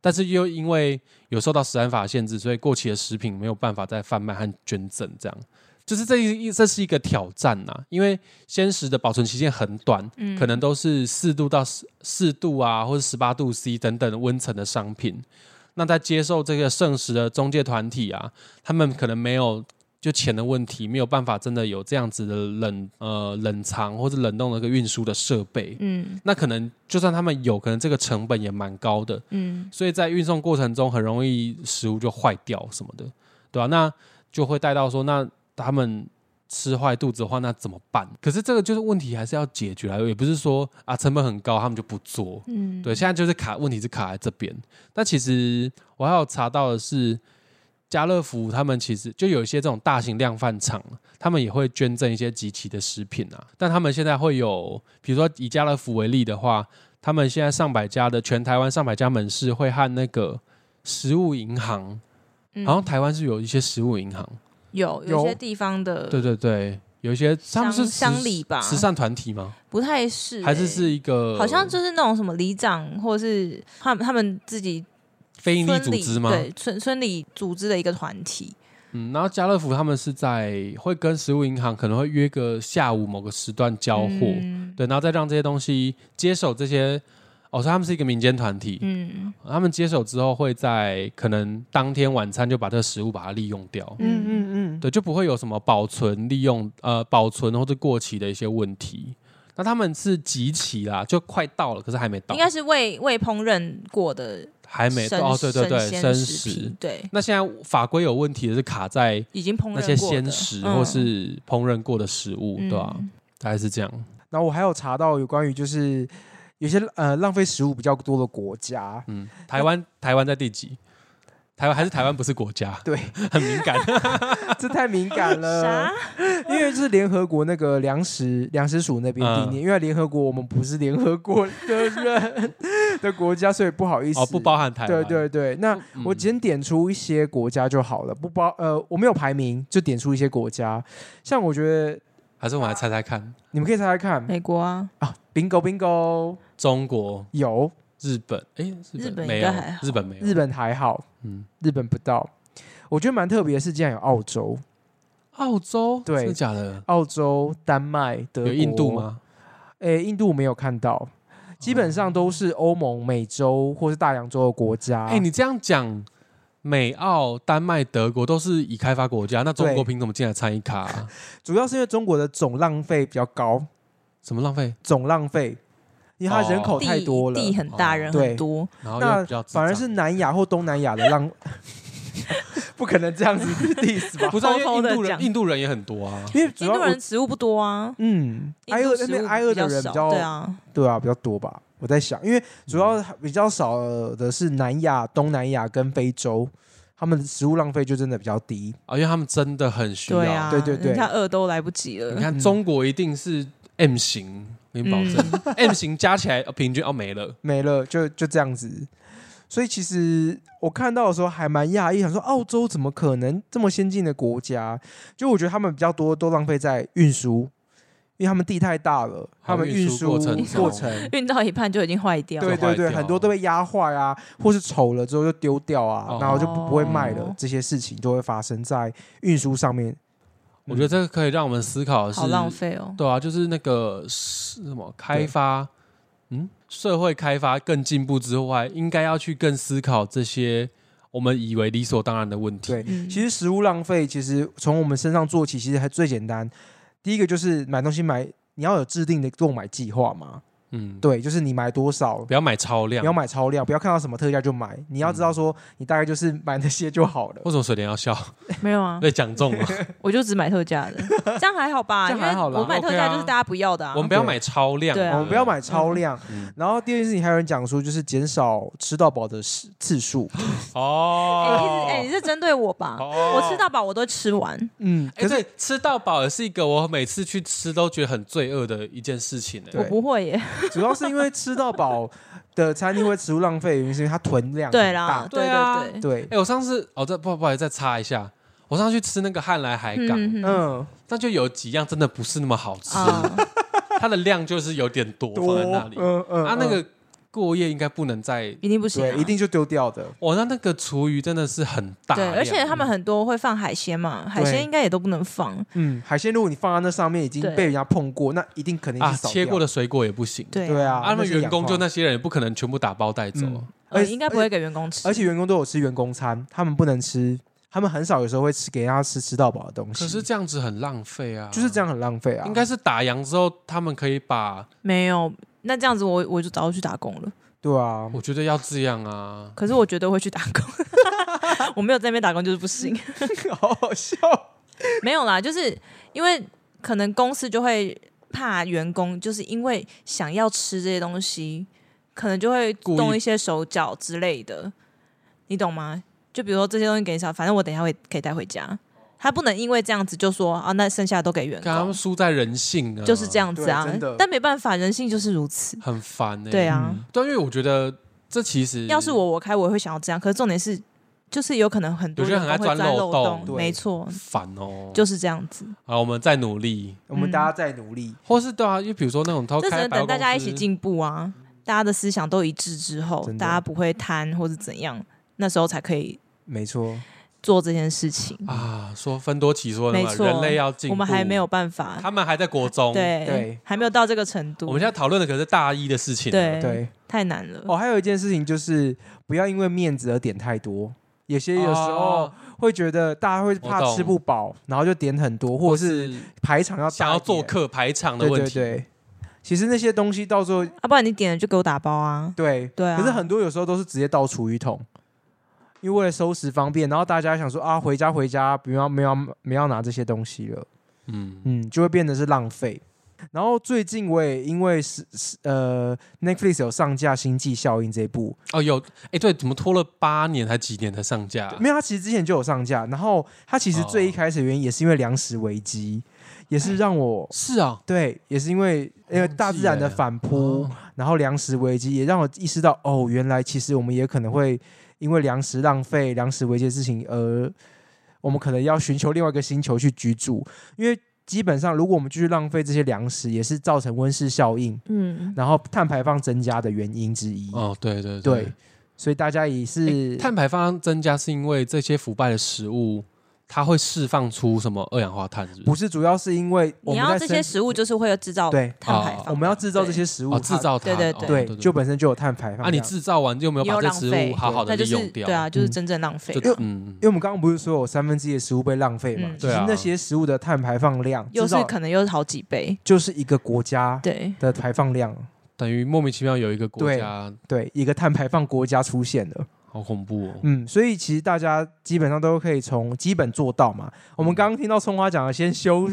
[SPEAKER 1] 但是又因为有受到食安法限制，所以过期的食品没有办法再贩卖和捐赠。这样，就是这一这是一个挑战呐、因为鲜食的保存期限很短，
[SPEAKER 2] 嗯，
[SPEAKER 1] 可能都是四度到十四度啊，或者十八度 C 等等温层的商品。那在接受这个剩食的中介团体啊，他们可能没有就钱的问题，没有办法真的有这样子的冷呃冷藏或者冷冻的一个运输的设备。
[SPEAKER 2] 嗯
[SPEAKER 1] 那可能就算他们有，可能这个成本也蛮高的，
[SPEAKER 2] 嗯
[SPEAKER 1] 所以在运送过程中很容易食物就坏掉什么的，对吧、那就会带到说，那他们吃坏肚子的话，那怎么办？可是这个就是问题，还是要解决啊，也不是说啊成本很高，他们就不做。
[SPEAKER 2] 嗯，
[SPEAKER 1] 对，现在就是卡，问题是卡在这边。那其实我还有查到的是，家乐福他们其实就有一些这种大型量贩场，他们也会捐赠一些集齐的食品啊。但他们现在会有，比如说以家乐福为例的话，他们现在上百家的全台湾上百家门市会和那个食物银行，
[SPEAKER 2] 嗯
[SPEAKER 1] 好像台湾是有一些食物银行，
[SPEAKER 2] 有有
[SPEAKER 3] 有
[SPEAKER 2] 些地方的
[SPEAKER 1] 对对对，有一些他们是
[SPEAKER 2] 呃乡
[SPEAKER 1] 慈
[SPEAKER 2] 乡里吧
[SPEAKER 1] 慈善团体吗？
[SPEAKER 2] 不太是欸，
[SPEAKER 1] 还是是一个
[SPEAKER 2] 好像就是那种什么里长，或者是他们他们自己
[SPEAKER 1] 非营利
[SPEAKER 2] 村
[SPEAKER 1] 组
[SPEAKER 2] 里
[SPEAKER 1] 织吗？
[SPEAKER 2] 对，村村里组织的一个团体。
[SPEAKER 1] 嗯，然后家乐福他们是在会跟食物银行可能会约个下午某个时段交货，
[SPEAKER 2] 嗯
[SPEAKER 1] 对，然后再让这些东西接手这些哦，所以他们是一个民间团体，
[SPEAKER 2] 嗯
[SPEAKER 1] 他们接手之后会在可能当天晚餐就把这个食物把它利用掉，
[SPEAKER 3] 嗯
[SPEAKER 2] 嗯嗯，
[SPEAKER 3] 嗯嗯，
[SPEAKER 1] 对，就不会有什么保存利用呃保存或者过期的一些问题。那他们是集齐啦，就快到了，可是还没到，
[SPEAKER 2] 应该是未未烹饪过的
[SPEAKER 1] 还没
[SPEAKER 2] 生
[SPEAKER 1] 到哦，对对对，生
[SPEAKER 2] 鲜食品，对，
[SPEAKER 1] 那现在法规有问题的是卡在
[SPEAKER 2] 已经烹饪
[SPEAKER 1] 那
[SPEAKER 2] 过
[SPEAKER 1] 些
[SPEAKER 2] 的
[SPEAKER 1] 鲜食或是烹饪过的食物，对啊吧、
[SPEAKER 2] 嗯
[SPEAKER 1] 大概是这样。
[SPEAKER 3] 然后我还有查到有关于就是有些呃浪费食物比较多的国家，
[SPEAKER 1] 嗯，台湾台湾在第几？台湾还是台湾不是国家，
[SPEAKER 3] 对，
[SPEAKER 1] 很敏 感。
[SPEAKER 3] 这太敏感了
[SPEAKER 2] 啥。？
[SPEAKER 3] 因为就是联合国那个粮食粮食署那边
[SPEAKER 1] 嗯
[SPEAKER 3] 定义，因为联合国我们不是联合国的人 的国家，所以不好意思，
[SPEAKER 1] 哦，不包含台
[SPEAKER 3] 对
[SPEAKER 1] 湾。
[SPEAKER 3] 对对，那
[SPEAKER 1] 嗯
[SPEAKER 3] 我只点出一些国家就好了，不包呃，我没有排名，就点出一些国家。像我觉得
[SPEAKER 1] 还是我们来猜猜看，
[SPEAKER 3] 你们可以猜猜看
[SPEAKER 2] 美国啊，
[SPEAKER 3] 啊，bingo bingo，
[SPEAKER 1] 中国、
[SPEAKER 3] 有
[SPEAKER 1] 日本，诶，
[SPEAKER 2] 日本应该
[SPEAKER 1] 没有
[SPEAKER 2] 还，好
[SPEAKER 1] 日本没有，
[SPEAKER 3] 日本还好，
[SPEAKER 1] 嗯，
[SPEAKER 3] 日本不到。我觉得蛮特别的是，竟然有澳洲、
[SPEAKER 1] 澳洲，
[SPEAKER 3] 对
[SPEAKER 1] 真的假的？
[SPEAKER 3] 澳洲、丹麦、德
[SPEAKER 1] 有
[SPEAKER 3] 国、
[SPEAKER 1] 印度？吗？
[SPEAKER 3] 诶，印度没有看到，基本上都是欧盟、美洲或是大洋洲的国家。
[SPEAKER 1] 哎、你这样讲，美、澳、丹麦、德国都是已开发国家，那中
[SPEAKER 3] 对
[SPEAKER 1] 国凭什么进来参与卡、 啊？
[SPEAKER 3] 主要是因为中国的总浪费比较高，
[SPEAKER 1] 什么浪费？
[SPEAKER 3] 总浪费，因为它人口
[SPEAKER 1] 哦
[SPEAKER 2] 地
[SPEAKER 3] 太多了，
[SPEAKER 2] 地很大，
[SPEAKER 1] 哦
[SPEAKER 2] 人
[SPEAKER 3] 对
[SPEAKER 2] 很多，
[SPEAKER 1] 然后又
[SPEAKER 3] 那
[SPEAKER 1] 比较智
[SPEAKER 3] 反而
[SPEAKER 1] 障
[SPEAKER 3] 是南亚或东南亚的让， 不可能这样子 diss 吧？
[SPEAKER 1] 不是、啊、因
[SPEAKER 2] 偷
[SPEAKER 1] 为印
[SPEAKER 2] 偷地
[SPEAKER 1] 度人
[SPEAKER 2] 讲
[SPEAKER 1] 印度人也很多啊，
[SPEAKER 3] 因为主
[SPEAKER 2] 印
[SPEAKER 3] 要
[SPEAKER 2] 度
[SPEAKER 3] 我
[SPEAKER 2] 人食物不多啊，
[SPEAKER 3] 嗯，
[SPEAKER 2] 印
[SPEAKER 3] 挨
[SPEAKER 2] 度
[SPEAKER 3] 饿
[SPEAKER 2] 食
[SPEAKER 3] 那边
[SPEAKER 2] 物
[SPEAKER 3] 挨饿
[SPEAKER 2] 比较
[SPEAKER 3] 的人比
[SPEAKER 2] 少
[SPEAKER 3] 较
[SPEAKER 2] 对啊，
[SPEAKER 3] 对啊比较多吧？我在想，因为主要比较少的是南亚、东南亚跟非洲，他们的食物浪费就真的比较低。
[SPEAKER 1] 啊，因为他们真的很需要。
[SPEAKER 2] 对啊，
[SPEAKER 3] 对对对
[SPEAKER 2] 人家饿都来不及了。
[SPEAKER 1] 你看
[SPEAKER 3] 嗯
[SPEAKER 1] 中国一定是 M 型，我跟你保证、
[SPEAKER 2] 嗯
[SPEAKER 1] m 型加起来呃平均哦没了。
[SPEAKER 3] 没了，就就这样子。所以其实我看到的时候还蛮讶异，想说澳洲怎么可能这么先进的国家？就我觉得他们比较多都浪费在运输，因为他们地太大了，他们
[SPEAKER 1] 运
[SPEAKER 3] 运
[SPEAKER 1] 输
[SPEAKER 3] 输
[SPEAKER 1] 过程中
[SPEAKER 3] 过程。
[SPEAKER 2] 运到一半就已经坏掉，
[SPEAKER 3] 对
[SPEAKER 1] 就坏
[SPEAKER 3] 对对，
[SPEAKER 1] 掉
[SPEAKER 3] 很多都被压坏啊，或是丑了之后就丢掉啊，
[SPEAKER 1] 哦
[SPEAKER 3] 然后就不不会卖了
[SPEAKER 2] 哦，
[SPEAKER 3] 这些事情就会发生在运输上面。
[SPEAKER 1] 我觉得这个可以让我们思考的是
[SPEAKER 2] 好，浪费哦。
[SPEAKER 1] 对啊，就是那个是什么开发，嗯，社会开发更进步之外，应该要去更思考这些我们以为理所当然的问题。
[SPEAKER 3] 对，
[SPEAKER 2] 嗯
[SPEAKER 3] 其实食物浪费，其实从我们身上做起，其实还最简单。第一个就是买东西买，你要有制定的购买计划嘛。
[SPEAKER 1] 嗯，
[SPEAKER 3] 对，就是你买多少，
[SPEAKER 1] 不要买超量嗯
[SPEAKER 3] 不要，买超量，不要看到什么特价就买。你要知道说，你大概就是买那些就好了。
[SPEAKER 1] 为什么水莲要笑？
[SPEAKER 2] 没有啊，
[SPEAKER 1] 被讲中 了。
[SPEAKER 2] 我就只买特价的，这样还好吧？
[SPEAKER 3] 这样还好
[SPEAKER 2] 因
[SPEAKER 3] 啦
[SPEAKER 2] 为我买特
[SPEAKER 1] OK
[SPEAKER 2] 价
[SPEAKER 1] 啊
[SPEAKER 2] 就是大家不要的啊
[SPEAKER 1] 我。们不要买超量，
[SPEAKER 2] 对啊
[SPEAKER 3] 我们不要买超量。
[SPEAKER 1] 嗯
[SPEAKER 3] 然后第二件事情还有人讲说，就是减少吃到饱的次次数。
[SPEAKER 2] 哎，你
[SPEAKER 1] 哦
[SPEAKER 2] 是。哎，你是针对我吧？
[SPEAKER 1] 哦
[SPEAKER 2] 我吃到饱我都吃完，
[SPEAKER 3] 嗯，
[SPEAKER 1] 哎、对，吃到饱也是一个我每次去吃都觉得很罪恶的一件事情、
[SPEAKER 3] 对
[SPEAKER 1] 哎，
[SPEAKER 2] 我不会耶。
[SPEAKER 3] 主要是因为吃到饱的餐厅会食物浪费，原因是因为它囤量很
[SPEAKER 2] 对
[SPEAKER 3] 大
[SPEAKER 2] 啦，
[SPEAKER 1] 对
[SPEAKER 2] 对
[SPEAKER 1] 啊
[SPEAKER 2] 对对，
[SPEAKER 3] 对
[SPEAKER 1] 哎、，我上次哦，这不不好意思，再插一下，我上次去吃那个汉来海港，
[SPEAKER 2] 嗯嗯
[SPEAKER 3] 嗯，
[SPEAKER 1] 那、就有几样真的不是那么好吃，
[SPEAKER 2] 啊，
[SPEAKER 1] 它的量就是有点多
[SPEAKER 3] 多
[SPEAKER 1] 放在那里。
[SPEAKER 3] 嗯嗯，
[SPEAKER 1] 啊，那
[SPEAKER 3] 嗯
[SPEAKER 1] 个过夜应该不能再，
[SPEAKER 2] 一定不行啊，
[SPEAKER 3] 对，一定就丢掉的。
[SPEAKER 1] 哇，那那个厨余真的是很大
[SPEAKER 2] 对，
[SPEAKER 1] 量，
[SPEAKER 2] 而且他们很多会放海鲜嘛，海
[SPEAKER 3] 对
[SPEAKER 2] 鲜应该也都不能放。
[SPEAKER 3] 嗯，海鲜如果你放在那上面已经
[SPEAKER 2] 对
[SPEAKER 3] 被人家碰过，那一定肯定
[SPEAKER 1] 啊
[SPEAKER 3] 是扫
[SPEAKER 1] 切
[SPEAKER 3] 掉
[SPEAKER 1] 过。的水果也不行，
[SPEAKER 2] 对呃
[SPEAKER 3] 对啊，
[SPEAKER 1] 啊他
[SPEAKER 3] 那
[SPEAKER 1] 们
[SPEAKER 3] 是
[SPEAKER 1] 员工
[SPEAKER 3] 氧化
[SPEAKER 1] 就那些人也不可能全部打包带走，
[SPEAKER 3] 嗯而
[SPEAKER 2] 呃，
[SPEAKER 3] 且
[SPEAKER 2] 应该不会给员工吃。
[SPEAKER 3] 而且员工都有吃员工餐，他们不能吃，他们很少有时候会吃给人家吃吃到饱的东西。
[SPEAKER 1] 可是这样子很浪费啊，
[SPEAKER 3] 就是这
[SPEAKER 1] 样，
[SPEAKER 3] 样很浪费啊。
[SPEAKER 1] 应该是打烊之后他们可以把，
[SPEAKER 2] 没有，那这样子我我就早就去打工了。
[SPEAKER 3] 对 啊，
[SPEAKER 1] 我觉得要这样啊，
[SPEAKER 2] 可是我绝对会去打 工，我没有在那边打工就是不行。
[SPEAKER 3] 好好笑。
[SPEAKER 2] 没有啦，就是因为可能公司就会怕员工，就是因为想要吃这些东西，可能就会
[SPEAKER 1] 故意
[SPEAKER 2] 动一些手脚之类的，你懂吗？就比如说这些东西给你少，反正我等一下会可以带回家。他不能因为这样子就说啊，那剩下的都给员
[SPEAKER 1] 看他们
[SPEAKER 2] 工，
[SPEAKER 1] 输在人性啊，
[SPEAKER 2] 就是这，样子啊
[SPEAKER 3] 对真的。
[SPEAKER 2] 但没办法，人性就是如此。
[SPEAKER 1] 很烦哎，
[SPEAKER 2] 对啊，
[SPEAKER 3] 嗯
[SPEAKER 1] 对，因为我觉得这其实
[SPEAKER 2] 要是我我开我也会想要这样，可是重点是，就是有可能很多
[SPEAKER 1] 有些人很爱
[SPEAKER 2] 员工
[SPEAKER 1] 钻
[SPEAKER 2] 会钻
[SPEAKER 1] 漏洞
[SPEAKER 2] 洞，
[SPEAKER 3] 对
[SPEAKER 2] 没错，
[SPEAKER 1] 烦哦，
[SPEAKER 2] 就是这样子。
[SPEAKER 1] 好，我们再努力，
[SPEAKER 3] 我们大家再努力，
[SPEAKER 2] 嗯
[SPEAKER 1] 或是对啊，因为比如说那种偷
[SPEAKER 2] 这只
[SPEAKER 1] 开
[SPEAKER 2] 能
[SPEAKER 1] 百货
[SPEAKER 2] 等大家一
[SPEAKER 1] 公司
[SPEAKER 2] 起进步啊，大家的思想都一致之后
[SPEAKER 3] 真，的
[SPEAKER 2] 大家不会贪或是怎样，那时候才可以
[SPEAKER 3] 没错。
[SPEAKER 2] 做这件事情。
[SPEAKER 1] 啊，说分多起说的
[SPEAKER 2] 嗯没
[SPEAKER 1] 嘛，
[SPEAKER 2] 错
[SPEAKER 1] 人类要进步，
[SPEAKER 2] 我们还没有，办法，
[SPEAKER 1] 他们还在国中，，
[SPEAKER 2] 对
[SPEAKER 3] 对
[SPEAKER 2] 还没有到这个程度。
[SPEAKER 1] 我们现在讨论的可是大一的事情，，
[SPEAKER 2] 对
[SPEAKER 3] 对。
[SPEAKER 2] 太难了。
[SPEAKER 3] 哦，还有一件事情就是不要因为面子而点太多。有些有时候
[SPEAKER 1] 哦
[SPEAKER 3] 会觉得大家会怕
[SPEAKER 1] 我懂
[SPEAKER 3] 吃不饱，然后就点很多，或者是
[SPEAKER 1] 是
[SPEAKER 3] 排场要
[SPEAKER 1] 想
[SPEAKER 3] 大
[SPEAKER 1] 要
[SPEAKER 3] 一
[SPEAKER 1] 做
[SPEAKER 3] 点
[SPEAKER 1] 客排场的
[SPEAKER 3] 对
[SPEAKER 1] 问
[SPEAKER 3] 对
[SPEAKER 1] 题，
[SPEAKER 3] 对，其实那些东西到时候
[SPEAKER 2] 啊，不然你点了就给我打包啊。
[SPEAKER 3] 对
[SPEAKER 2] 对啊
[SPEAKER 3] 可是很多有时候都是直接倒厨余桶，因为为了收拾方便，然后大家想说啊，回家回家不要不要不要拿这些东西了，
[SPEAKER 1] 嗯，
[SPEAKER 3] 嗯，就会变得是浪费。然后最近我也因为是是呃 Netflix 有上架《星际效应》这一部，
[SPEAKER 1] 哦有，哎对，怎么拖了八年还几年才上架啊？哦
[SPEAKER 3] 没有，它其实之前就有上架，然后它其实最一开始的原因也是因为粮食危机，也是让我
[SPEAKER 1] 是啊，
[SPEAKER 3] 对，也是因为因为
[SPEAKER 1] 忘记
[SPEAKER 3] 大自然的
[SPEAKER 1] 了
[SPEAKER 3] 反扑
[SPEAKER 1] 哦，
[SPEAKER 3] 然后粮食危机也让我意识到，哦，原来其实我们也可能会因为粮食浪费、粮食危机的事情，而我们可能要寻求另外一个星球去居住，因为基本上如果我们继续浪费这些粮食，也是造成温室效应，
[SPEAKER 2] 嗯，
[SPEAKER 3] 然后碳排放增加的原因之一。
[SPEAKER 1] 哦对对
[SPEAKER 3] 对，所以大家也是、
[SPEAKER 1] 诶碳排放增加是因为这些腐败的食物，它会释放出什么二氧化碳是不
[SPEAKER 3] 不
[SPEAKER 1] 是？
[SPEAKER 3] 是主要是因为我
[SPEAKER 2] 你
[SPEAKER 3] 们
[SPEAKER 2] 要这
[SPEAKER 3] 在
[SPEAKER 2] 些
[SPEAKER 3] 生
[SPEAKER 2] 食物就是会有制造
[SPEAKER 3] 对
[SPEAKER 2] 碳排
[SPEAKER 1] 哦
[SPEAKER 2] 放，
[SPEAKER 3] 我们要制造这
[SPEAKER 2] 对
[SPEAKER 3] 些食物
[SPEAKER 1] 哦，
[SPEAKER 3] 它，
[SPEAKER 1] 制造它，
[SPEAKER 2] 对对
[SPEAKER 1] 哦
[SPEAKER 2] 对
[SPEAKER 3] 对，就
[SPEAKER 1] 对
[SPEAKER 3] 本身就有碳排放
[SPEAKER 1] 啊，你
[SPEAKER 3] 量
[SPEAKER 1] 制造完就没有把
[SPEAKER 2] 又
[SPEAKER 1] 这
[SPEAKER 2] 浪
[SPEAKER 1] 食物
[SPEAKER 2] 费
[SPEAKER 1] 好好的
[SPEAKER 2] 那就
[SPEAKER 1] 利
[SPEAKER 2] 是
[SPEAKER 1] 用掉，
[SPEAKER 2] 对啊，就是
[SPEAKER 3] 嗯
[SPEAKER 2] 真正浪费
[SPEAKER 1] 就，
[SPEAKER 3] 因为
[SPEAKER 1] 嗯
[SPEAKER 3] 因，为我们刚刚不是说有三分之一的食物被浪费嘛？
[SPEAKER 2] 嗯
[SPEAKER 3] 其
[SPEAKER 1] 对
[SPEAKER 3] 实
[SPEAKER 1] 啊
[SPEAKER 3] 那些食物的碳排放量，
[SPEAKER 2] 又
[SPEAKER 3] 至
[SPEAKER 2] 是
[SPEAKER 3] 少
[SPEAKER 2] 可能又是好几倍。
[SPEAKER 3] 就是一个国家
[SPEAKER 2] 对，
[SPEAKER 3] 的排放量，
[SPEAKER 1] 等于莫名其妙有一个国
[SPEAKER 3] 对
[SPEAKER 1] 家，
[SPEAKER 3] 对，一个碳排放国家出现了。
[SPEAKER 1] 好恐怖哦。
[SPEAKER 3] 嗯，所以其实大家基本上都可以从基本做到嘛。我们刚刚听到葱花讲的，先 修，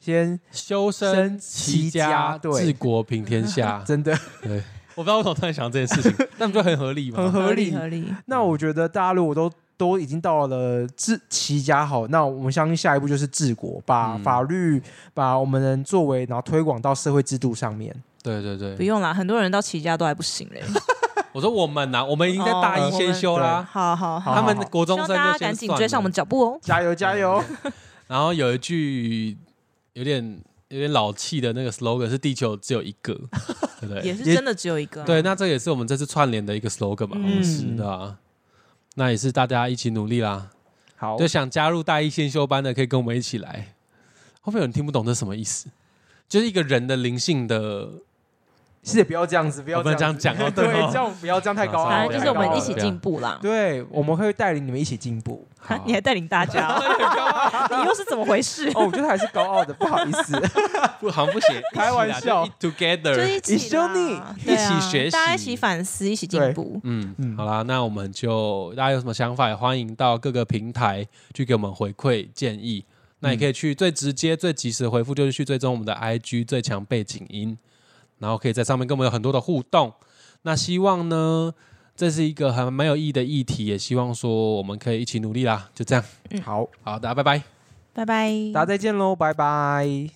[SPEAKER 3] 先
[SPEAKER 1] 修身
[SPEAKER 3] 身
[SPEAKER 1] 齐
[SPEAKER 3] 齐
[SPEAKER 1] 家，
[SPEAKER 3] 家对。
[SPEAKER 1] 治国平天下
[SPEAKER 3] 真的
[SPEAKER 1] 对，我不知道为什么突然想这件事情，但不就很合理
[SPEAKER 3] 很
[SPEAKER 1] 吗？
[SPEAKER 3] 合
[SPEAKER 2] 理
[SPEAKER 3] 理。
[SPEAKER 2] 合理。
[SPEAKER 3] 那我觉得大家如果都都已经到了治齐家好，那我们相信下一步就是治国，把
[SPEAKER 1] 嗯
[SPEAKER 3] 法律、把我们能作为，然后推广到社会制度上面。
[SPEAKER 1] 对对
[SPEAKER 2] 不
[SPEAKER 1] 对，
[SPEAKER 2] 用啦，很多人到齐家都还不行 嘞。
[SPEAKER 1] 我说我们呐，我们已经在
[SPEAKER 2] 哦
[SPEAKER 1] 大一
[SPEAKER 3] 我
[SPEAKER 1] 先
[SPEAKER 2] 们
[SPEAKER 1] 修啦，
[SPEAKER 2] 好好好，
[SPEAKER 1] 他们
[SPEAKER 3] 好好好
[SPEAKER 1] 国
[SPEAKER 2] 希
[SPEAKER 1] 中
[SPEAKER 2] 望
[SPEAKER 1] 生
[SPEAKER 2] 大
[SPEAKER 1] 就
[SPEAKER 2] 家赶
[SPEAKER 1] 先
[SPEAKER 2] 紧
[SPEAKER 1] 算
[SPEAKER 2] 追上
[SPEAKER 1] 了
[SPEAKER 2] 我们脚步哦。
[SPEAKER 3] 加油加油！
[SPEAKER 1] 然后有一句有点有点老气的那个 slogan 是“地球只有一 个”，对不
[SPEAKER 2] 也
[SPEAKER 1] 对？
[SPEAKER 2] 是
[SPEAKER 3] 也
[SPEAKER 2] 真的只有一个啊，
[SPEAKER 1] 对，那这也是我们这次串联的一个 slogan 嘛，
[SPEAKER 2] 嗯
[SPEAKER 1] 是的啊。那也是大家一起努力啦。
[SPEAKER 3] 好，
[SPEAKER 1] 就想加入大一先修班的，可以跟我们一起来。后面有人听不懂这是什么意思，就是一个人的灵性 的，
[SPEAKER 3] 是也不要这样子，不要
[SPEAKER 1] 我不能这样讲哦
[SPEAKER 3] 子
[SPEAKER 1] 对哦
[SPEAKER 3] 这样不要这样太高傲。
[SPEAKER 2] 反正就是我
[SPEAKER 3] 太高傲
[SPEAKER 2] 们
[SPEAKER 3] 了
[SPEAKER 2] 一起进步啦。
[SPEAKER 3] 对，我们会带领你们一起进步。
[SPEAKER 1] 好
[SPEAKER 2] 啊你还带领大家
[SPEAKER 3] 哎
[SPEAKER 2] 哦，
[SPEAKER 3] 啊
[SPEAKER 2] 你又是怎么回 事？
[SPEAKER 3] 哦，我觉得还是高傲的，不好意思。
[SPEAKER 1] 不好像不行，
[SPEAKER 3] 开玩笑
[SPEAKER 1] 一起啦就
[SPEAKER 2] 就
[SPEAKER 1] 一 together，
[SPEAKER 2] 一起啦，
[SPEAKER 1] 一起
[SPEAKER 2] 对啊
[SPEAKER 1] 学习
[SPEAKER 2] 大家一起反思，一起进步。
[SPEAKER 1] 嗯嗯，
[SPEAKER 3] 嗯
[SPEAKER 1] 好啦，那我们就大家有什么想法，也欢迎到各个平台去给我们回馈建议。那也
[SPEAKER 3] 嗯
[SPEAKER 1] 可以去最直接、最及时的回复，就是去追踪我们的 IG 最强背景音，然后可以在上面跟我们有很多的互动。那希望呢，这是一个很蛮有意义的议题，也希望说我们可以一起努力啦。就这样，
[SPEAKER 3] 好，
[SPEAKER 1] 好，大家拜拜。
[SPEAKER 2] 拜拜，
[SPEAKER 3] 大家再见喽，拜拜。